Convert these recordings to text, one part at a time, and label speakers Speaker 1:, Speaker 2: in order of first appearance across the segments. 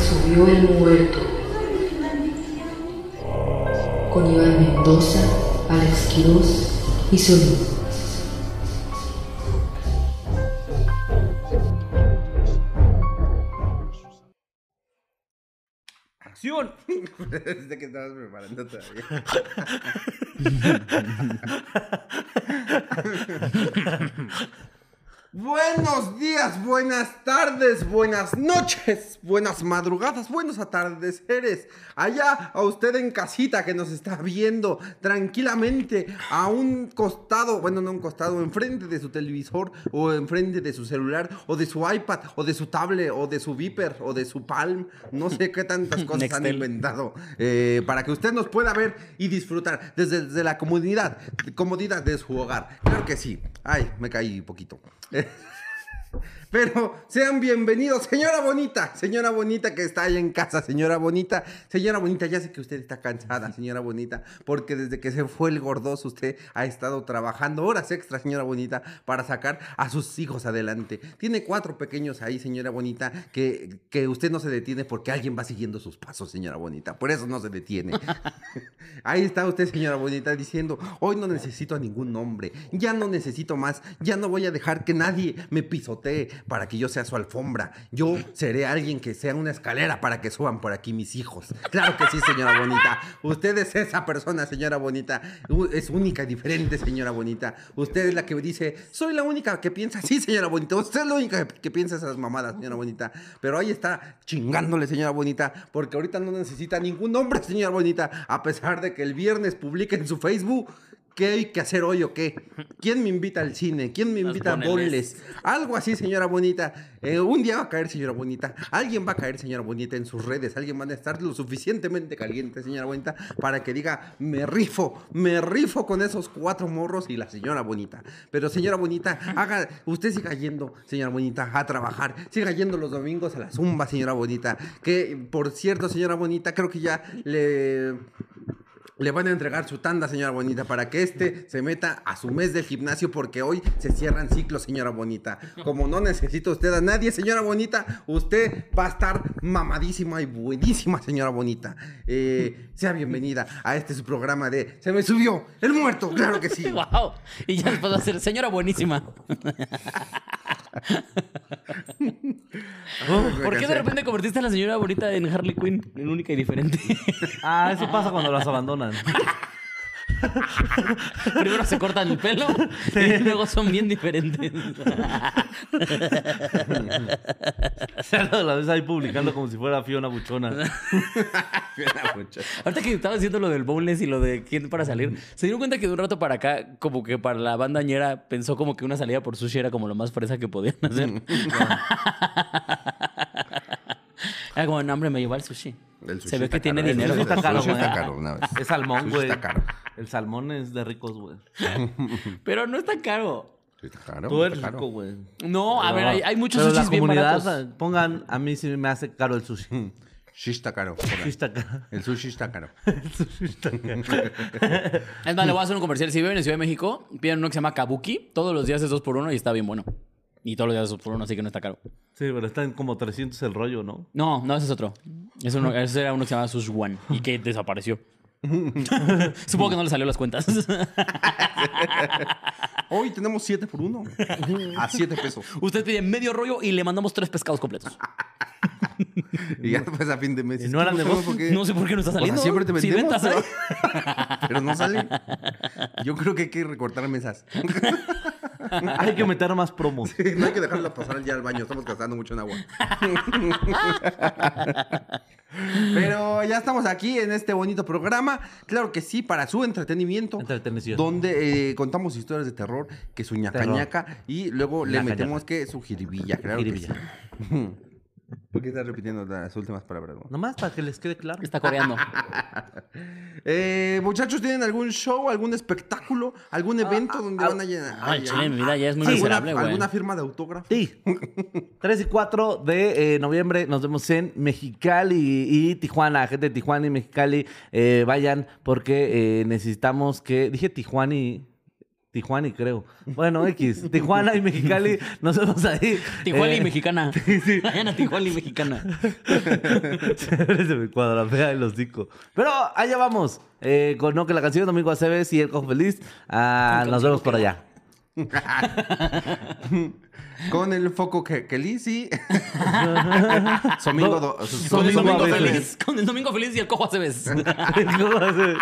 Speaker 1: escribió El Muerto. Con Iván Mendoza, Alex Quirós y Solín.
Speaker 2: ¡Acción! Desde que estabas preparando todavía. Buenos días, buenas tardes, buenas noches, buenas madrugadas, buenos atardeceres. Allá a usted en casita que nos está viendo tranquilamente a un costado, bueno, no un costado, enfrente de su televisor o enfrente de su celular o de su iPad o de su tablet o de su Viper o de su Palm. No sé qué tantas cosas han
Speaker 3: Nextel.
Speaker 2: inventado eh, para que usted nos pueda ver y disfrutar desde, desde la comunidad, comodidad de su hogar. Claro que sí. Ay, me caí poquito. Pero sean bienvenidos, señora bonita, señora bonita que está ahí en casa, señora bonita, señora bonita, ya sé que usted está cansada, señora bonita, porque desde que se fue el gordoso usted ha estado trabajando horas extra, señora bonita, para sacar a sus hijos adelante. Tiene cuatro pequeños ahí, señora bonita, que, que usted no se detiene porque alguien va siguiendo sus pasos, señora bonita, por eso no se detiene. Ahí está usted, señora bonita, diciendo, hoy no necesito a ningún hombre, ya no necesito más, ya no voy a dejar que nadie me pisotee para que yo sea su alfombra. Yo seré alguien que sea una escalera para que suban por aquí mis hijos. Claro que sí, señora bonita. Usted es esa persona, señora bonita. U- Es única y diferente, señora bonita. Usted es la que dice, soy la única que piensa así, señora bonita. Usted es la única que piensa esas mamadas, señora bonita. Pero ahí está chingándole, señora bonita, porque ahorita no necesita ningún hombre, señora bonita, a pesar de que el viernes publique en su Facebook. ¿Qué hay que hacer hoy o qué? ¿Quién me invita al cine? ¿Quién me
Speaker 3: Los
Speaker 2: invita a
Speaker 3: boneles.
Speaker 2: boles? Algo así, señora bonita. Eh, un día va a caer, señora bonita. Alguien va a caer, señora bonita, en sus redes. Alguien va a estar lo suficientemente caliente, señora bonita, para que diga, me rifo, me rifo con esos cuatro morros y la señora bonita. Pero, señora bonita, haga, usted siga yendo, señora bonita, a trabajar. Siga yendo los domingos a la zumba, señora bonita. Que, por cierto, señora bonita, creo que ya le... Le van a entregar su tanda, señora bonita, para que este se meta a su mes del gimnasio, porque hoy se cierran ciclos, señora bonita. Como no necesita usted a nadie, señora bonita, usted va a estar mamadísima y buenísima, señora bonita. Eh, sea bienvenida a este su programa de Se me subió el muerto, claro que sí.
Speaker 3: ¡Wow! Y ya les puedo hacer, señora buenísima.
Speaker 4: Oh,
Speaker 2: Oh,
Speaker 3: ¿Por qué de repente convertiste a la señora bonita en Harley Quinn? En única y diferente.
Speaker 4: Ah, eso pasa cuando las abandonan.
Speaker 3: Primero se cortan el pelo y luego son bien diferentes.
Speaker 4: Se la ves ahí publicando como si fuera Fiona
Speaker 3: Pues,
Speaker 4: Buchona.
Speaker 3: Ahorita que estaba haciendo lo del boneless y lo de quién para salir, se dieron cuenta que de un rato para acá, como que para la bandañera, pensó como que una salida por sushi era como lo más fresa que podían hacer. Era como, no, hombre, me llevó al sushi.
Speaker 2: El sushi
Speaker 3: se ve
Speaker 2: está
Speaker 3: que tiene
Speaker 2: caro, el
Speaker 3: dinero.
Speaker 2: sushi
Speaker 4: Está caro,
Speaker 2: sushi
Speaker 4: güey.
Speaker 2: está caro, una vez.
Speaker 4: Es salmón,
Speaker 2: Sushi
Speaker 4: güey.
Speaker 2: Pues, Está caro.
Speaker 4: El salmón es de ricos, güey.
Speaker 3: Pero no está caro.
Speaker 2: Sí, Está caro.
Speaker 4: Tú
Speaker 2: está
Speaker 4: eres
Speaker 2: caro.
Speaker 4: rico, güey.
Speaker 3: No, a ver, hay, hay muchos
Speaker 4: Pero
Speaker 3: sushis
Speaker 4: la
Speaker 3: bien
Speaker 4: comunidad,
Speaker 3: baratos.
Speaker 4: Pongan, a mí sí me hace caro el sushi.
Speaker 2: Sí, Mm, está caro.
Speaker 4: Sí está caro.
Speaker 2: El sushi está caro.
Speaker 3: Es más, le voy a hacer un comercial. Si viven en Ciudad de México, piden uno que se llama Kabuki. Todos los días es 2 por 1 y está bien bueno. Y todos los días es 2 por 1 así que no está caro.
Speaker 4: Sí, pero están como 300 el rollo, ¿no?
Speaker 3: No, no, ese es otro. Es uno- ese era uno que se llamaba Sush One y que desapareció. Supongo que no le salió las cuentas.
Speaker 2: Hoy tenemos 7 por 1 a 7 pesos.
Speaker 3: Usted pide medio rollo y le mandamos tres pescados completos.
Speaker 2: Y ya pues a fin de mes.
Speaker 4: ¿Y no
Speaker 2: Es que
Speaker 4: eran de
Speaker 2: sabemos
Speaker 4: vos?
Speaker 2: por qué.
Speaker 3: Eh, No sé por qué no está
Speaker 2: O sea,
Speaker 3: saliendo.
Speaker 2: siempre te
Speaker 3: Si
Speaker 2: vendemos,
Speaker 3: ventas, ¿eh?
Speaker 2: pero... pero no sale. Yo creo que hay que recortar mesas.
Speaker 4: Hay que meter más promos.
Speaker 2: No hay que dejarla pasar ya al baño. Estamos gastando mucho en agua. Pero ya estamos aquí en este bonito programa. Claro que sí, para su entretenimiento.
Speaker 4: Entretención.
Speaker 2: Donde eh, contamos historias de terror, que su ñaca
Speaker 4: Terror.
Speaker 2: ñaca, y luego le
Speaker 4: Ñaca
Speaker 2: metemos que su jiribilla, claro
Speaker 4: Jiribilla.
Speaker 2: que sí. ¿Por qué estás repitiendo las últimas palabras? no?
Speaker 4: Nomás para que les quede claro.
Speaker 3: Está coreando.
Speaker 2: Eh, muchachos, ¿tienen algún show, algún espectáculo, algún
Speaker 3: Ah,
Speaker 2: evento donde van a llenar? ah.
Speaker 3: Ay, chile, mi vida ya es muy
Speaker 2: ¿Alguna-
Speaker 3: miserable, güey.
Speaker 2: ¿Alguna firma de autógrafo?
Speaker 4: Sí. 3 y 4 de eh, noviembre nos vemos en Mexicali y Tijuana. Gente de Tijuana y Mexicali, eh, vayan porque eh, necesitamos que... Dije Tijuana y... Tijuana y creo. Bueno, X. Tijuana y Mexicali. Nos vemos ahí.
Speaker 3: Tijuana y
Speaker 4: Eh,
Speaker 3: mexicana. Vayan a Tijuana y mexicana.
Speaker 4: Se me cuadrapea el hocico. Pero allá vamos. Eh, con No que la canción, Domingo Aceves y El Cojo Feliz. Ah, nos vemos por allá.
Speaker 2: Con el foco que, que Liz y. Domingo, do-
Speaker 3: Con el
Speaker 4: Domingo
Speaker 3: domingo
Speaker 4: Abeles.
Speaker 3: feliz. Con el domingo feliz y el cojo Aceves.
Speaker 4: El Cojo Aceves.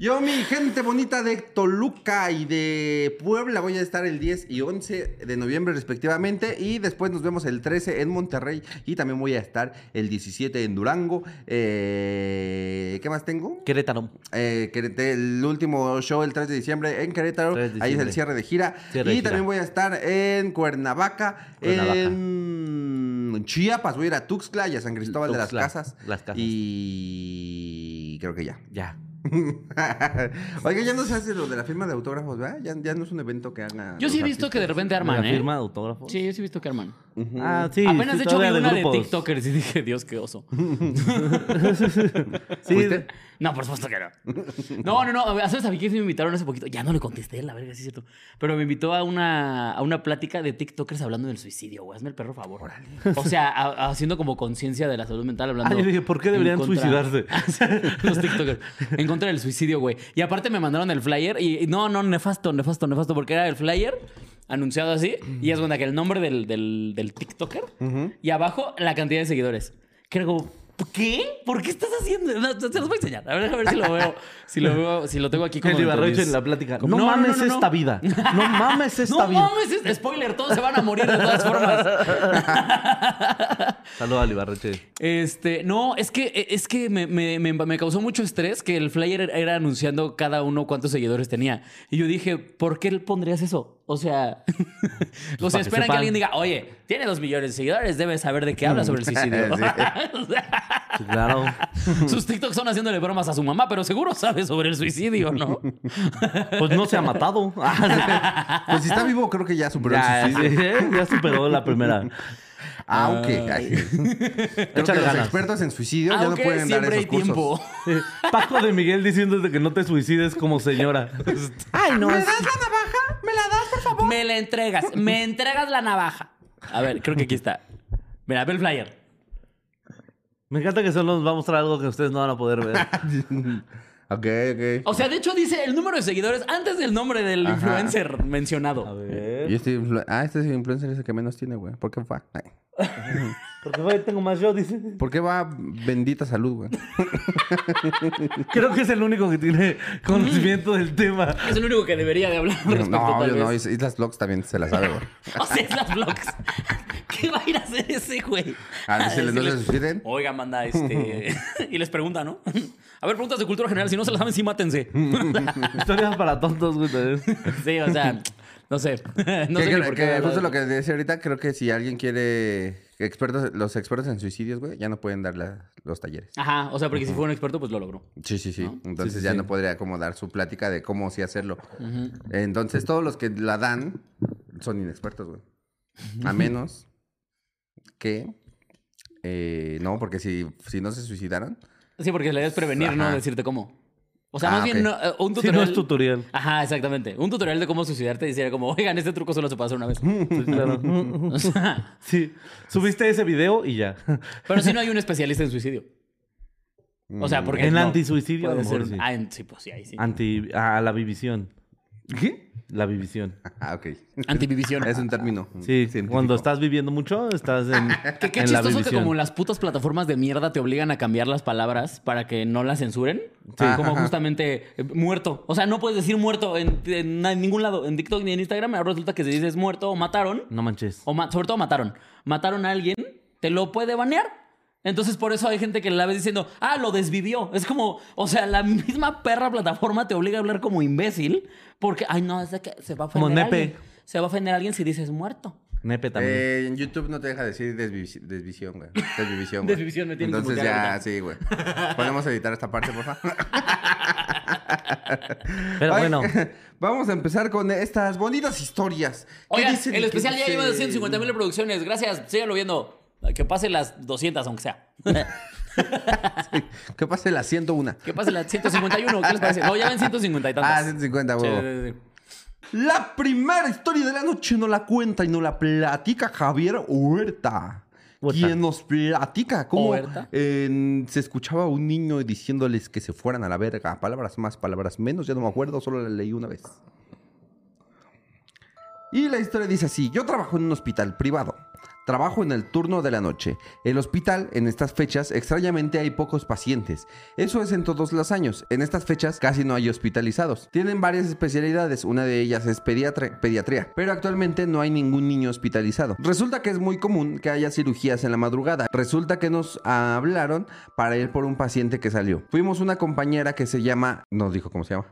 Speaker 2: Yo, mi gente bonita de Toluca y de Puebla, voy a estar el 10 y 11 de noviembre respectivamente. Y después nos vemos el 13 en Monterrey. Y también voy a estar el 17 en Durango. Eh, ¿Qué más tengo?
Speaker 4: Querétaro.
Speaker 2: Eh, Querete- el último show el 3 de diciembre en Querétaro.
Speaker 4: 3 de
Speaker 2: Ahí es el
Speaker 4: diciembre.
Speaker 2: cierre de gira.
Speaker 4: Cierre de
Speaker 2: y
Speaker 4: gira.
Speaker 2: también voy a estar en Cuernavaca,
Speaker 4: Cuernavaca.
Speaker 2: en Chiapas. Voy a ir a Tuxtla y a San Cristóbal de
Speaker 4: Tuxtla,
Speaker 2: las Casas.
Speaker 4: las Casas.
Speaker 2: Y creo que ya.
Speaker 4: Ya.
Speaker 2: Oiga, ya no se hace lo de la firma de autógrafos, ¿verdad? Ya, ya no es un evento que haga.
Speaker 3: Yo sí he
Speaker 2: los
Speaker 3: visto que de
Speaker 2: artistas.
Speaker 3: repente arman,
Speaker 4: ¿La
Speaker 3: ¿eh?
Speaker 4: firma de autógrafo?
Speaker 3: Sí, yo sí he visto que arman.
Speaker 4: Ah, sí.
Speaker 3: Apenas
Speaker 4: sí,
Speaker 3: de hecho vi
Speaker 4: todavía
Speaker 3: una de,
Speaker 4: grupos.
Speaker 3: TikTokers y dije, Dios, qué oso.
Speaker 4: Sí,
Speaker 2: ¿Fuiste?
Speaker 3: No, por supuesto que no. No, no, no. A- ¿Sabes a mí que me invitaron hace poquito? Ya no le contesté, la verga, sí es cierto. Pero me invitó a una, a una plática de TikTokers hablando del suicidio, güey. Hazme el perro favor. O sea, a- haciendo como conciencia de la salud mental, hablando.
Speaker 4: Ah, yo dije, ¿por qué
Speaker 3: en
Speaker 4: deberían suicidarse?
Speaker 3: Los TikTokers. En contra del suicidio, güey. Y aparte me mandaron el flyer y y no, no, nefasto, nefasto, nefasto, porque era el flyer anunciado así y es donde que el nombre del, del, del TikToker y abajo la cantidad de seguidores. Que era como, ¿qué? ¿Por qué estás haciendo? No, se se los voy a enseñar. A ver, a ver si lo veo, si lo veo, si lo tengo aquí como
Speaker 4: El
Speaker 3: dentro de
Speaker 4: Ibarrocho
Speaker 3: mis-
Speaker 4: en la plática.
Speaker 3: como-
Speaker 4: No, mames esta vida. No mames esta
Speaker 3: No
Speaker 4: vida.
Speaker 3: mames, es- spoiler, todos se van a morir de todas formas.
Speaker 4: Saludos al Ibarroche.
Speaker 3: Este, no, es que, es que me, me- me- me causó mucho estrés que el flyer era anunciando cada uno cuántos seguidores tenía. Y yo dije, ¿por qué le pondrías eso? O sea, o sea, esperan
Speaker 4: que
Speaker 3: que,
Speaker 4: sepan.
Speaker 3: alguien diga, oye, tiene dos millones de seguidores, debes saber de qué habla sobre el suicidio.
Speaker 2: Mm. Sí.
Speaker 3: O sea,
Speaker 4: Sí, Claro.
Speaker 3: sus TikToks son haciéndole bromas a su mamá, pero seguro sabe sobre el suicidio, ¿no?
Speaker 4: Pues no se ha matado. Ah,
Speaker 2: Pues si está vivo, creo que ya
Speaker 4: sí.
Speaker 2: superó
Speaker 4: ya,
Speaker 2: el suicidio.
Speaker 4: sí, ya superó la primera.
Speaker 2: Aunque. ay, Ah, Creo que
Speaker 4: Échale
Speaker 2: los
Speaker 4: ganas.
Speaker 2: expertos en suicidio ya no
Speaker 3: Aunque
Speaker 2: pueden dar
Speaker 3: Ah, siempre
Speaker 2: esos
Speaker 3: hay
Speaker 2: cursos.
Speaker 3: tiempo.
Speaker 4: Eh, Paco de Miguel diciéndote que no te suicides como señora. Ay, no.
Speaker 2: Pues
Speaker 4: es-
Speaker 3: Me la entregas, me entregas la navaja. A ver, creo que aquí está. Mira, ve el flyer.
Speaker 4: Me encanta que solo nos va a mostrar algo que ustedes no van a poder ver.
Speaker 2: Ok, ok.
Speaker 3: O sea, de hecho dice el número de seguidores antes del nombre del influencer mencionado.
Speaker 4: A ver.
Speaker 2: Yo estoy influ- ah, este es el influencer es el que menos tiene, güey. ¿Por qué va? Ay.
Speaker 4: Porque güey, tengo más yo, dice.
Speaker 2: ¿Por qué va bendita salud, güey?
Speaker 4: Creo que es el único que tiene conocimiento del tema.
Speaker 3: Es el único que debería de hablar al respecto,
Speaker 2: No,
Speaker 3: tal
Speaker 2: yo no.
Speaker 3: vez.
Speaker 2: Is- Islas Vlogs también se la sabe, güey.
Speaker 3: O sea, es las vlogs. ¿Qué va a ir a hacer ese güey?
Speaker 2: A decirles, no se suiciden.
Speaker 3: Oiga, manda, este... y les pregunta, ¿no? A ver, preguntas de cultura general. Si no se las saben, sí, mátense.
Speaker 4: Historias para tontos, güey. también.
Speaker 3: sí, o sea... No sé. No
Speaker 2: Que-
Speaker 3: sé
Speaker 2: que-
Speaker 3: ni por
Speaker 2: que
Speaker 3: qué.
Speaker 2: justo lo que decía ahorita, creo que si alguien quiere... Expertos, los expertos en suicidios, güey, ya no pueden dar la- los talleres.
Speaker 3: Ajá, o sea, porque si fuera un experto, pues lo logró.
Speaker 2: Sí, sí, sí. Entonces
Speaker 4: Sí, sí,
Speaker 2: ya
Speaker 4: sí.
Speaker 2: no podría acomodar su plática de cómo sí hacerlo. Entonces todos los que la dan son inexpertos, güey. A menos que... eh, no, porque si, si no se suicidaran...
Speaker 3: Sí, porque la idea es prevenir, no
Speaker 2: Ajá.
Speaker 3: decirte cómo. O sea,
Speaker 2: Ah,
Speaker 3: más
Speaker 2: ok.
Speaker 3: bien no, eh, un
Speaker 4: Sí,
Speaker 3: tutorial.
Speaker 4: no es tutorial.
Speaker 3: Ajá, exactamente. Un tutorial de cómo suicidarte decía como, oigan, este truco solo se pasa una vez.
Speaker 4: Sí, claro.
Speaker 3: O sea,
Speaker 4: Sí. Subiste ese video y ya.
Speaker 3: pero si no hay un especialista en suicidio. O
Speaker 2: mm,
Speaker 3: sea, porque.
Speaker 4: En
Speaker 3: no,
Speaker 4: antisuicidio, a
Speaker 3: puede
Speaker 4: lo mejor
Speaker 3: ser-
Speaker 4: sí.
Speaker 3: Ah, en- sí, pues sí, ahí sí.
Speaker 4: Anti. A la división.
Speaker 2: ¿Qué?
Speaker 4: La división.
Speaker 2: Ah, ok.
Speaker 3: Antivivisión.
Speaker 2: Es un término.
Speaker 4: Sí,
Speaker 2: científico.
Speaker 4: cuando estás viviendo mucho, estás en.
Speaker 3: Que qué
Speaker 4: en la
Speaker 3: chistoso que
Speaker 4: división.
Speaker 3: como las putas plataformas de mierda te obligan a cambiar las palabras para que no las censuren. Como justamente eh, muerto. O sea, no puedes decir muerto en, en na- en ningún lado. En TikTok ni en Instagram. Ahora resulta que si dices muerto o mataron,
Speaker 4: No manches.
Speaker 3: o ma- sobre todo mataron, mataron a alguien, te lo puede banear. Entonces por eso hay gente que la ves diciendo, ah, lo desvivió. Es como, o sea, la misma perra plataforma te obliga a hablar como imbécil porque, ay, no, es de que se va a ofender
Speaker 4: Como
Speaker 3: a
Speaker 4: nepe.
Speaker 3: alguien. Se va a ofender a alguien si dices muerto.
Speaker 4: Nepe también.
Speaker 2: Eh, en YouTube no te deja decir desvivi- desvisión, güey. Desvisión, güey.
Speaker 3: Desvisión, me tienen que
Speaker 2: Entonces
Speaker 3: mutear
Speaker 2: ya,
Speaker 3: ahorita.
Speaker 2: sí, güey. Podemos editar esta parte, por favor.
Speaker 4: Pero
Speaker 2: Ay,
Speaker 4: bueno.
Speaker 2: Vamos a empezar con estas bonitas historias. ¿Qué
Speaker 3: Oigan,
Speaker 2: dicen?
Speaker 3: el
Speaker 2: ¿Qué
Speaker 3: especial ya lleva
Speaker 2: dicen?
Speaker 3: 250 mil reproducciones. Gracias, síganlo viendo. Que pase las 200, aunque sea.
Speaker 2: que pase la 101.
Speaker 3: ¿Qué pasa? La 151, ¿qué les parece? No, ya ven 150 y tantas.
Speaker 2: Ah, 150,
Speaker 3: Sí,
Speaker 2: huevo.
Speaker 3: sí, sí.
Speaker 2: La primera historia de la noche no la cuenta y no la platica Javier Huerta.
Speaker 4: Huerta.
Speaker 2: Quien nos platica cómo
Speaker 3: Huerta.
Speaker 2: eh, se escuchaba a un niño diciéndoles que se fueran a la verga. Palabras más, palabras menos, ya no me acuerdo, solo la leí una vez. Y la historia dice así, yo trabajo en un hospital privado. Trabajo en el turno de la noche. El hospital, en estas fechas, extrañamente hay pocos pacientes. Eso es en todos los años. En estas fechas casi no hay hospitalizados. Tienen varias especialidades, una de ellas es pediatra- pediatría, pero actualmente no hay ningún niño hospitalizado. Resulta que es muy común que haya cirugías en la madrugada. Resulta que nos hablaron para ir por un paciente que salió. Fuimos una compañera que se llama... No dijo cómo se llama.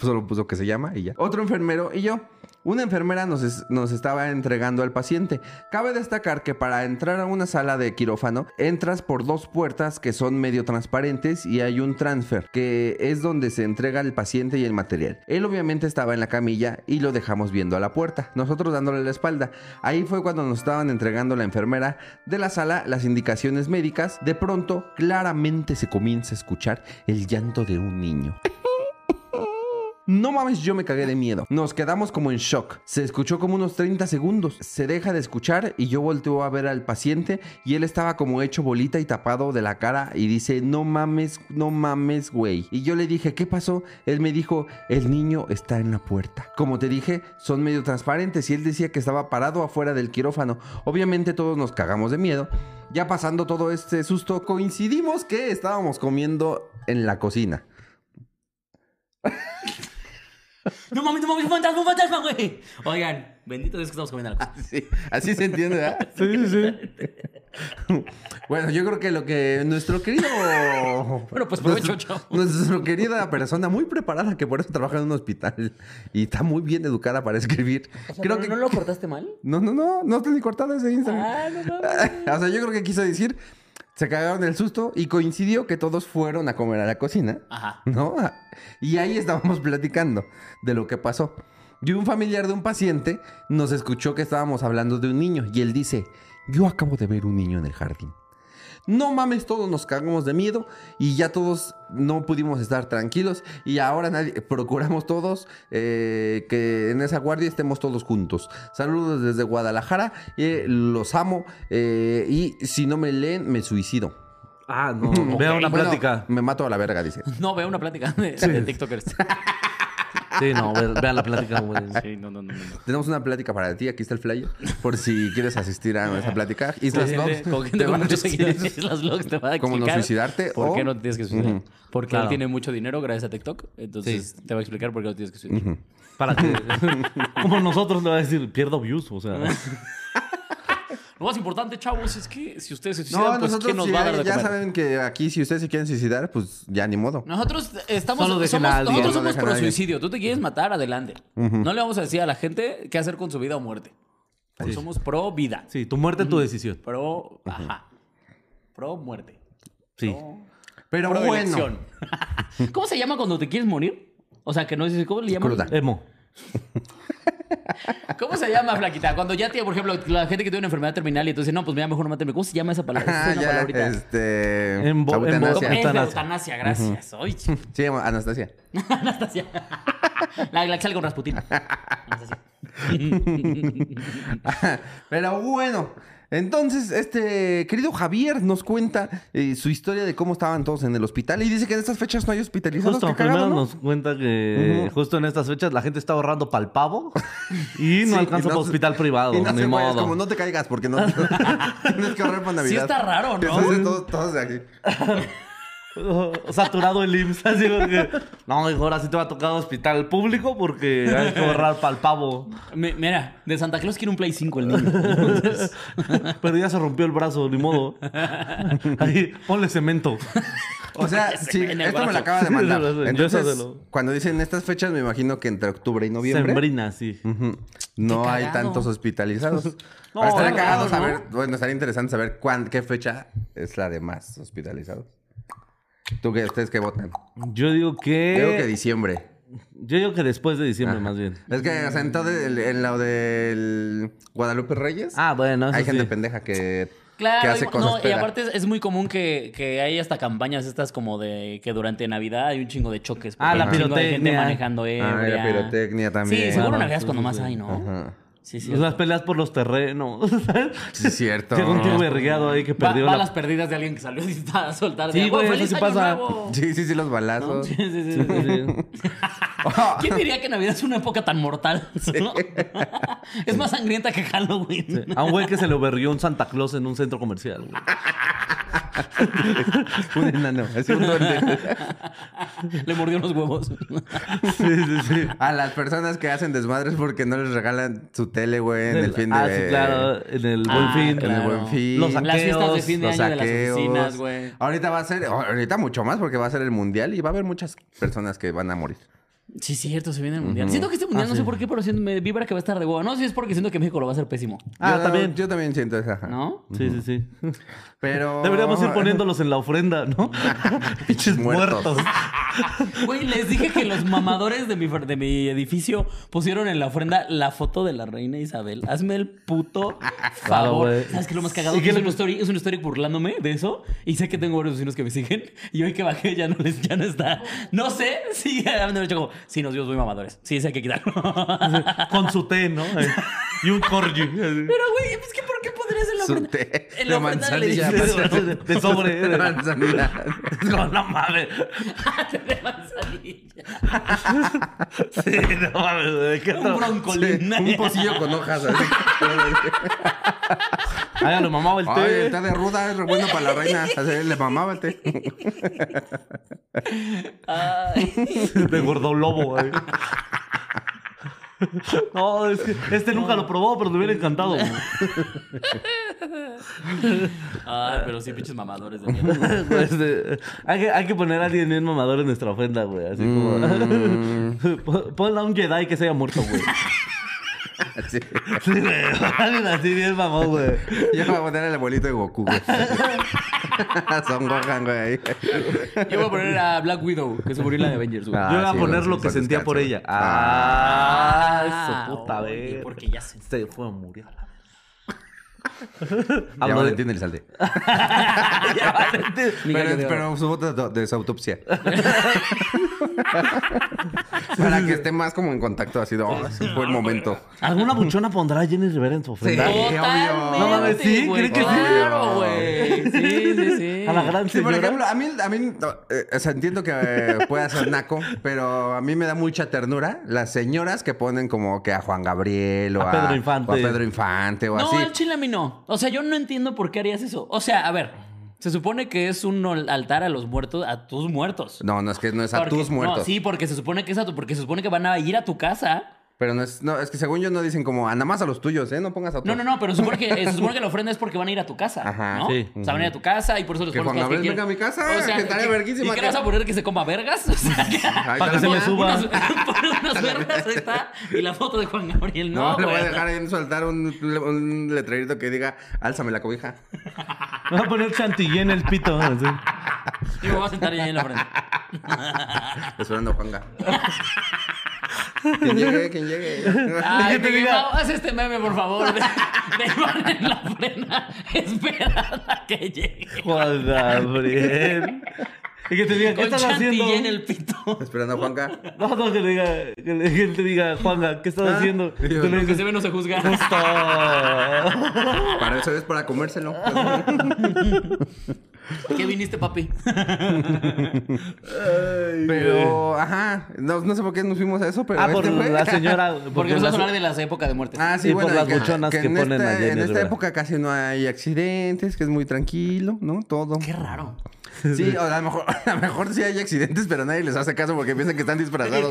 Speaker 2: Solo puso que se llama y ya. Otro enfermero y yo. Una enfermera nos, es- nos estaba entregando al paciente. Cabe destacar que para entrar a una sala de quirófano entras por dos puertas que son medio transparentes y hay un transfer que es donde se entrega el paciente y el material. Él obviamente estaba en la camilla y lo dejamos viendo a la puerta, nosotros dándole la espalda. Ahí fue cuando nos estaban entregando la enfermera de la sala las indicaciones médicas. De pronto claramente se comienza a escuchar el llanto de un niño. No mames, yo me cagué de miedo. Nos quedamos como en shock. Se escuchó como unos 30 segundos. Se deja de escuchar y yo volteo a ver al paciente y él estaba como hecho bolita y tapado de la cara y dice, no mames, no mames, güey. Y yo le dije, ¿qué pasó? Él me dijo, el niño está en la puerta. Como te dije, son medio transparentes y él decía que estaba parado afuera del quirófano. Obviamente todos nos cagamos de miedo. Ya pasando todo este susto, coincidimos que estábamos comiendo en la cocina.
Speaker 3: No mames, no mames, un fantasma, un fantasma, güey. Oigan, bendito Dios que estamos comiendo algo.
Speaker 2: Así, así se entiende, ¿verdad?
Speaker 4: Sí, sí, sí.
Speaker 2: Bueno, yo creo que lo que nuestro querido.
Speaker 3: Bueno, pues provecho,
Speaker 2: nuestro,
Speaker 3: chao.
Speaker 2: nuestro querida persona muy preparada que por eso trabaja en un hospital y está muy bien educada para escribir. creo que.
Speaker 3: ¿No lo cortaste mal?
Speaker 2: No, no, no, no está ni cortada ese Instagram.
Speaker 3: Ah, no
Speaker 2: o sea, yo creo que quiso decir. Se cagaron del susto y coincidió que todos fueron a comer a la cocina.
Speaker 3: Ajá.
Speaker 2: ¿no? Y ahí estábamos platicando de lo que pasó. Y un familiar de un paciente nos escuchó que estábamos hablando de un niño y él dice, yo acabo de ver un niño en el jardín. No mames, todos nos cagamos de miedo y ya todos no pudimos estar tranquilos y ahora nadie, procuramos todos eh, que en esa guardia estemos todos juntos. Saludos desde Guadalajara, eh, los amo eh, y si no me leen me suicido.
Speaker 4: Ah, no.
Speaker 2: Ok.
Speaker 4: Vea una
Speaker 2: Bueno,
Speaker 4: plática.
Speaker 2: me mato a la verga, dice.
Speaker 3: No, veo una plática de, de TikTokers.
Speaker 4: Sí, no, ve- vea la plática, güey.
Speaker 3: Sí, no, no, no. no.
Speaker 2: Tenemos una plática para ti, aquí está el flyer, por si quieres asistir a nuestra plática. Y
Speaker 3: Con gente- con gente con muchos seguidores, las vlogs te van a
Speaker 2: cómo no
Speaker 3: explicar
Speaker 2: suicidarte
Speaker 3: ¿Por
Speaker 2: o-
Speaker 3: qué no te tienes que suicidar?
Speaker 2: Ujú.
Speaker 3: Porque
Speaker 4: Claro.
Speaker 3: él tiene mucho dinero gracias a TikTok. Entonces te va a explicar por qué no tienes que suicidar.
Speaker 4: Para que. Como nosotros le va a decir, pierdo views, o sea.
Speaker 3: Lo más importante, chavos, es que si ustedes se suicidan,
Speaker 2: No,
Speaker 3: pues
Speaker 2: nosotros
Speaker 3: ¿quién nos
Speaker 2: sí, eh,
Speaker 3: va a dar de
Speaker 2: ya
Speaker 3: comer?
Speaker 2: saben que aquí si ustedes se quieren suicidar, pues ya ni modo.
Speaker 3: Nosotros estamos
Speaker 4: Solo dejen
Speaker 3: somos-
Speaker 4: a alguien.
Speaker 3: nosotros
Speaker 2: Solo
Speaker 3: somos
Speaker 2: dejen a
Speaker 3: pro
Speaker 2: alguien.
Speaker 3: suicidio. Tú te quieres matar, adelante. No le vamos a decir a la gente qué hacer con su vida o muerte. Porque somos pro vida.
Speaker 4: Sí, tu muerte, tu decisión.
Speaker 3: Pro, ajá. Pro muerte.
Speaker 4: Sí.
Speaker 2: Pero
Speaker 3: Pro
Speaker 2: bueno,
Speaker 3: elección. ¿Cómo se llama cuando te quieres morir? O sea, que no es... ¿Cómo le llaman?
Speaker 2: Cruda.
Speaker 4: Emo.
Speaker 3: ¿Cómo se llama, flaquita? Cuando ya tiene, por ejemplo, la gente que tiene una enfermedad terminal y entonces, no, pues mira, mejor no matarme. ¿Cómo se llama esa palabra?
Speaker 2: Ah,
Speaker 3: Es una
Speaker 2: ya,
Speaker 3: palabrita.
Speaker 2: este...
Speaker 4: En bo- en
Speaker 2: eutanasia.
Speaker 4: bo-
Speaker 3: Es de
Speaker 4: Eutanasia.
Speaker 3: eutanasia, gracias. Ay,
Speaker 2: Sí, Anastasia.
Speaker 3: Anastasia. La glacial con Rasputin. Anastasia.
Speaker 2: Pero bueno, entonces este querido Javier nos cuenta eh, su historia de cómo estaban todos en el hospital y dice que en estas fechas no hay hospitalizados.
Speaker 4: Justo
Speaker 2: qué
Speaker 4: primero
Speaker 2: cagado, ¿no?
Speaker 4: nos cuenta que justo en estas fechas la gente está ahorrando pal pavo y no
Speaker 2: Sí,
Speaker 4: alcanza
Speaker 2: y
Speaker 4: para
Speaker 2: se-
Speaker 4: hospital privado.
Speaker 2: Y no
Speaker 4: ni
Speaker 2: se puede, es
Speaker 4: modo.
Speaker 2: como no te caigas porque no tienes que ahorrar para Navidad.
Speaker 3: Sí está raro, ¿no?
Speaker 2: Entonces todos, todos de aquí.
Speaker 4: Saturado el IMSS. Así porque, no, hijo, ahora sí te va a tocar hospital público porque hay que ahorrar pal pavo.
Speaker 3: Mi- Mira, de Santa Claus quiere un Play 5 el niño.
Speaker 4: Pero ya se rompió el brazo, ni modo. Ahí, ponle cemento.
Speaker 2: O sea,
Speaker 3: Se
Speaker 2: sí,
Speaker 3: me en el
Speaker 2: esto me
Speaker 3: brazo.
Speaker 2: lo acaba de mandar.
Speaker 4: Sí, lo sé,
Speaker 2: Entonces,
Speaker 4: llévaselo.
Speaker 2: cuando dicen estas fechas, me imagino que entre octubre y noviembre
Speaker 4: Sembrina, sí.
Speaker 2: ujú, no
Speaker 3: Qué
Speaker 2: hay
Speaker 3: cagado.
Speaker 2: tantos hospitalizados.
Speaker 4: No,
Speaker 2: Pero estaría
Speaker 4: no,
Speaker 2: cagado
Speaker 4: no.
Speaker 2: saber, bueno, estaría interesante saber cuán, qué fecha es la de más hospitalizados. ¿Tú qué, ustedes qué votan?
Speaker 4: Yo digo que.
Speaker 2: Creo que diciembre.
Speaker 4: Yo digo que después de diciembre, más bien.
Speaker 2: Es que, o sea, en, todo el- en lo del Guadalupe Reyes,
Speaker 4: Ah, bueno, eso
Speaker 2: hay gente
Speaker 4: sí.
Speaker 2: pendeja que
Speaker 3: Claro,
Speaker 2: que hace
Speaker 3: y-
Speaker 2: cosas
Speaker 3: no, y
Speaker 2: peda.
Speaker 3: aparte es, es muy común que, que hay hasta campañas estas como de que durante Navidad hay un chingo de choques. porque
Speaker 4: Ah, la
Speaker 3: hay un chingo de gente
Speaker 4: pirotecnia.
Speaker 3: manejando
Speaker 2: Ah,
Speaker 3: ebria.
Speaker 2: la pirotecnia también.
Speaker 3: Sí, seguro
Speaker 4: Ah,
Speaker 3: navidades
Speaker 4: sí,
Speaker 3: cuando
Speaker 4: sí,
Speaker 3: más
Speaker 4: sí.
Speaker 3: hay, ¿no?
Speaker 2: Ajá.
Speaker 3: Sí, sí.
Speaker 4: Es las peleas por los terrenos. ¿sabes?
Speaker 2: Sí, es cierto.
Speaker 4: Llegó un tío berreado ahí que
Speaker 3: Va-
Speaker 4: perdió
Speaker 3: balas
Speaker 4: la...
Speaker 3: perdidas de alguien que salió a soltar.
Speaker 4: Sí,
Speaker 3: de, "Güey,
Speaker 4: güey, eso
Speaker 3: feliz
Speaker 4: sí
Speaker 3: año
Speaker 4: pasa".
Speaker 3: nuevo".
Speaker 2: Sí, sí, sí, los balazos.
Speaker 3: Sí, sí, sí, sí, sí. ¿Quién diría que Navidad es una época tan mortal? ¿no? es más sangrienta que Halloween.
Speaker 4: A un güey que se le berrió un Santa Claus en un centro comercial. güey.
Speaker 2: Un enano. Es un duende.
Speaker 3: Le mordió los huevos.
Speaker 4: Sí, sí, sí.
Speaker 2: A las personas que hacen desmadres porque no les regalan su tele, güey, en el fin de...
Speaker 4: Ah, sí, claro. En el
Speaker 3: Ah,
Speaker 4: Buen Fin.
Speaker 2: En el buen fin.
Speaker 4: Los
Speaker 3: Las fiestas de
Speaker 4: saqueos,
Speaker 3: fin de
Speaker 2: los
Speaker 3: año de las
Speaker 2: saqueos.
Speaker 3: oficinas, güey.
Speaker 2: Ahorita va a ser, ahorita mucho más porque va a ser el mundial y va a haber muchas personas que van a morir.
Speaker 3: Sí, cierto, se viene el mundial. Siento que este
Speaker 4: Ah,
Speaker 3: mundial, no sé por qué, pero siento- me vibra que va a estar de huevo. No sé si es porque siento que México lo va a hacer pésimo.
Speaker 4: Ah,
Speaker 2: Yo-
Speaker 4: también.
Speaker 2: Yo también siento esa. ajá.
Speaker 3: ¿No?
Speaker 4: Sí, sí, sí.
Speaker 2: Pero.
Speaker 4: Deberíamos ir poniéndolos en la ofrenda, ¿no? Pinches
Speaker 2: Muertos.
Speaker 4: muertos.
Speaker 3: Güey, les dije que los mamadores de mi, fr- de mi edificio pusieron en la ofrenda la foto de la reina Isabel. Hazme el puto favor.
Speaker 4: güey.
Speaker 3: ¿Sabes qué es lo más cagado?
Speaker 4: Sí,
Speaker 3: Que
Speaker 4: que
Speaker 3: es,
Speaker 4: le-
Speaker 3: una story, es una story burlándome de eso. Y sé que tengo varios vecinos que me siguen. Y hoy que bajé ya no, les, ya no está. No sé. Sí, han de haber dicho como, sí, nos vimos muy mamadores. Sí, ese hay que quitarlo.
Speaker 4: Con su té, ¿no? Ahí. Y un corgi. así.
Speaker 3: Pero, güey, es que ¿por qué podrías en la
Speaker 2: Su
Speaker 3: ofrenda?
Speaker 2: té
Speaker 4: eh,
Speaker 3: en
Speaker 2: de
Speaker 3: la ofrenda del
Speaker 2: manzanilla.
Speaker 3: edificio.
Speaker 4: De, de sobre.
Speaker 2: De
Speaker 4: de-
Speaker 2: manzanilla.
Speaker 4: No, no mames.
Speaker 3: de manzanilla.
Speaker 4: Sí, no mames. ¿de qué
Speaker 3: Un
Speaker 4: tra-
Speaker 3: broncolín.
Speaker 2: Un pocillo con hojas. así.
Speaker 4: Hágalo, mamá, el té.
Speaker 2: Ay, el té de ruda es re bueno para la reina. Así le mamaba el té.
Speaker 3: Ay.
Speaker 4: De gordolobo, güey. No, es que este nunca lo probó, pero le hubiera encantado. güey.
Speaker 3: Ay, pero sí, pinches mamadores de mierda.
Speaker 4: Pues, eh, hay, que, hay que poner a alguien bien mamador en nuestra ofrenda, güey. Así como. Pon- Ponle a un Jedi que se haya muerto, güey.
Speaker 2: Sí.
Speaker 4: Sí, güey. Alguien así bien mamón, güey.
Speaker 2: Yo voy a poner al abuelito de Goku, güey. Son Gohan, güey. ahí.
Speaker 3: Yo voy a poner a Black Widow, que se murió en la de Avengers, güey.
Speaker 2: Ah,
Speaker 4: Yo iba a
Speaker 2: sí,
Speaker 4: poner
Speaker 2: güey,
Speaker 4: lo
Speaker 2: sí,
Speaker 4: que
Speaker 2: con
Speaker 4: sentía
Speaker 2: descanso.
Speaker 4: por ella.
Speaker 3: Ah,
Speaker 4: Ah, su puta
Speaker 3: oye,
Speaker 4: verga.
Speaker 3: porque ya se-
Speaker 4: fue a morir.
Speaker 2: Ya
Speaker 4: Hablo de
Speaker 2: Valentín el salde.
Speaker 4: Ya, Valentín.
Speaker 3: Ni gallo
Speaker 2: Pero,
Speaker 3: de oro.
Speaker 2: pero su voto de, de su autopsia. Para que esté más como en contacto, así de, "Oh, ese fue el momento.
Speaker 4: ¿Alguna buchona pondrá a Jenny Rivera en su ofrenda?
Speaker 2: Sí.
Speaker 3: Totalmente,
Speaker 2: obvio.
Speaker 4: No mames, sí,
Speaker 3: güey,
Speaker 4: ¿creen que sí?
Speaker 3: Claro, güey. Sí, sí, sí.
Speaker 4: A la gran
Speaker 2: Sí, por
Speaker 4: señora.
Speaker 2: ejemplo, a mí, a mí no, eh, o sea, entiendo que eh, pueda ser naco, pero a mí me da mucha ternura las señoras que ponen como que a Juan Gabriel o
Speaker 4: A
Speaker 2: a,
Speaker 4: Pedro Infante.
Speaker 2: o a Pedro Infante o
Speaker 3: No,
Speaker 2: así.
Speaker 3: al chile a mí no. O sea, yo no entiendo por qué harías eso. O sea, a ver, se supone que es un ol- altar a los muertos, a tus muertos.
Speaker 2: No, no es que no es a
Speaker 3: Porque-
Speaker 2: tus muertos.
Speaker 3: No, sí, porque se supone que es a tu, porque se supone que van a ir a tu casa.
Speaker 2: Pero no es, no, es que según yo no dicen como, "Ah, nada más a los tuyos, ¿eh? No pongas a otros.
Speaker 3: No, no, no, pero se supone que, eh, se supone que la ofrenda es porque van a ir a tu casa.
Speaker 2: Ajá,
Speaker 3: ¿no?
Speaker 4: sí.
Speaker 3: O sea, van a ir a tu casa y por eso les
Speaker 2: Que
Speaker 3: pones
Speaker 2: Juan
Speaker 3: cosas
Speaker 2: Gabriel
Speaker 3: quieran.
Speaker 2: venga a mi casa, que estaría verguísima
Speaker 3: ¿Y qué
Speaker 2: que-
Speaker 3: le vas a poner que se coma vergas? O sea, que-
Speaker 2: Ahí
Speaker 4: Para
Speaker 2: está
Speaker 4: que
Speaker 2: la
Speaker 4: se me
Speaker 2: foto.
Speaker 4: suba.
Speaker 3: Unas, pon unas vergas, ahí está. Y la foto de Juan Gabriel,
Speaker 2: No,
Speaker 3: ¿no?
Speaker 2: le voy a
Speaker 3: güey.
Speaker 2: dejar ahí en su altar un, un letrerito que diga, álzame la cobija.
Speaker 4: Me Va a poner chantilly en el pito. así.
Speaker 3: Y me voy a sentar ya en la ofrenda.
Speaker 2: Esperando a Juanga. quien llegue, quien llegue.
Speaker 3: Ay,
Speaker 4: que te
Speaker 3: Miguel
Speaker 4: diga-
Speaker 3: Mau, haz este meme, por favor. De, de Juan en la ofrenda. Espera a que llegue.
Speaker 4: Juan Gabriel. Y que te diga, ¿qué
Speaker 3: Con
Speaker 4: estás haciendo?
Speaker 3: chantilly en el pito.
Speaker 2: Esperando a Juanga.
Speaker 4: No, no, que le diga, que, le- que él te diga, Juanga, ¿qué estás
Speaker 2: Ah,
Speaker 4: haciendo? Y
Speaker 2: Dios,
Speaker 4: tú le
Speaker 3: Lo que
Speaker 2: lo
Speaker 4: dices,
Speaker 3: se ve no se juzga.
Speaker 4: justo.
Speaker 2: Para eso es para comérselo.
Speaker 3: ¿Qué viniste, papi?
Speaker 2: Pero, ajá. No, no sé por qué nos fuimos a eso, pero.
Speaker 4: Ah,
Speaker 2: este
Speaker 4: por
Speaker 2: fue.
Speaker 4: la señora.
Speaker 3: Porque vamos a
Speaker 4: la-
Speaker 3: hablar de las épocas de muerte.
Speaker 2: Ah, sí,
Speaker 4: Y por
Speaker 2: bueno,
Speaker 4: las
Speaker 2: que-
Speaker 4: buchonas
Speaker 2: que
Speaker 4: que
Speaker 2: en
Speaker 4: ponen
Speaker 2: esta,
Speaker 4: a Jenny
Speaker 2: En esta
Speaker 4: Rivera.
Speaker 2: época casi no hay accidentes, que es muy tranquilo, ¿no? Todo.
Speaker 3: Qué raro.
Speaker 2: Sí, o a lo mejor, a lo mejor sí hay accidentes, pero nadie les hace caso porque piensan que están disfrazados.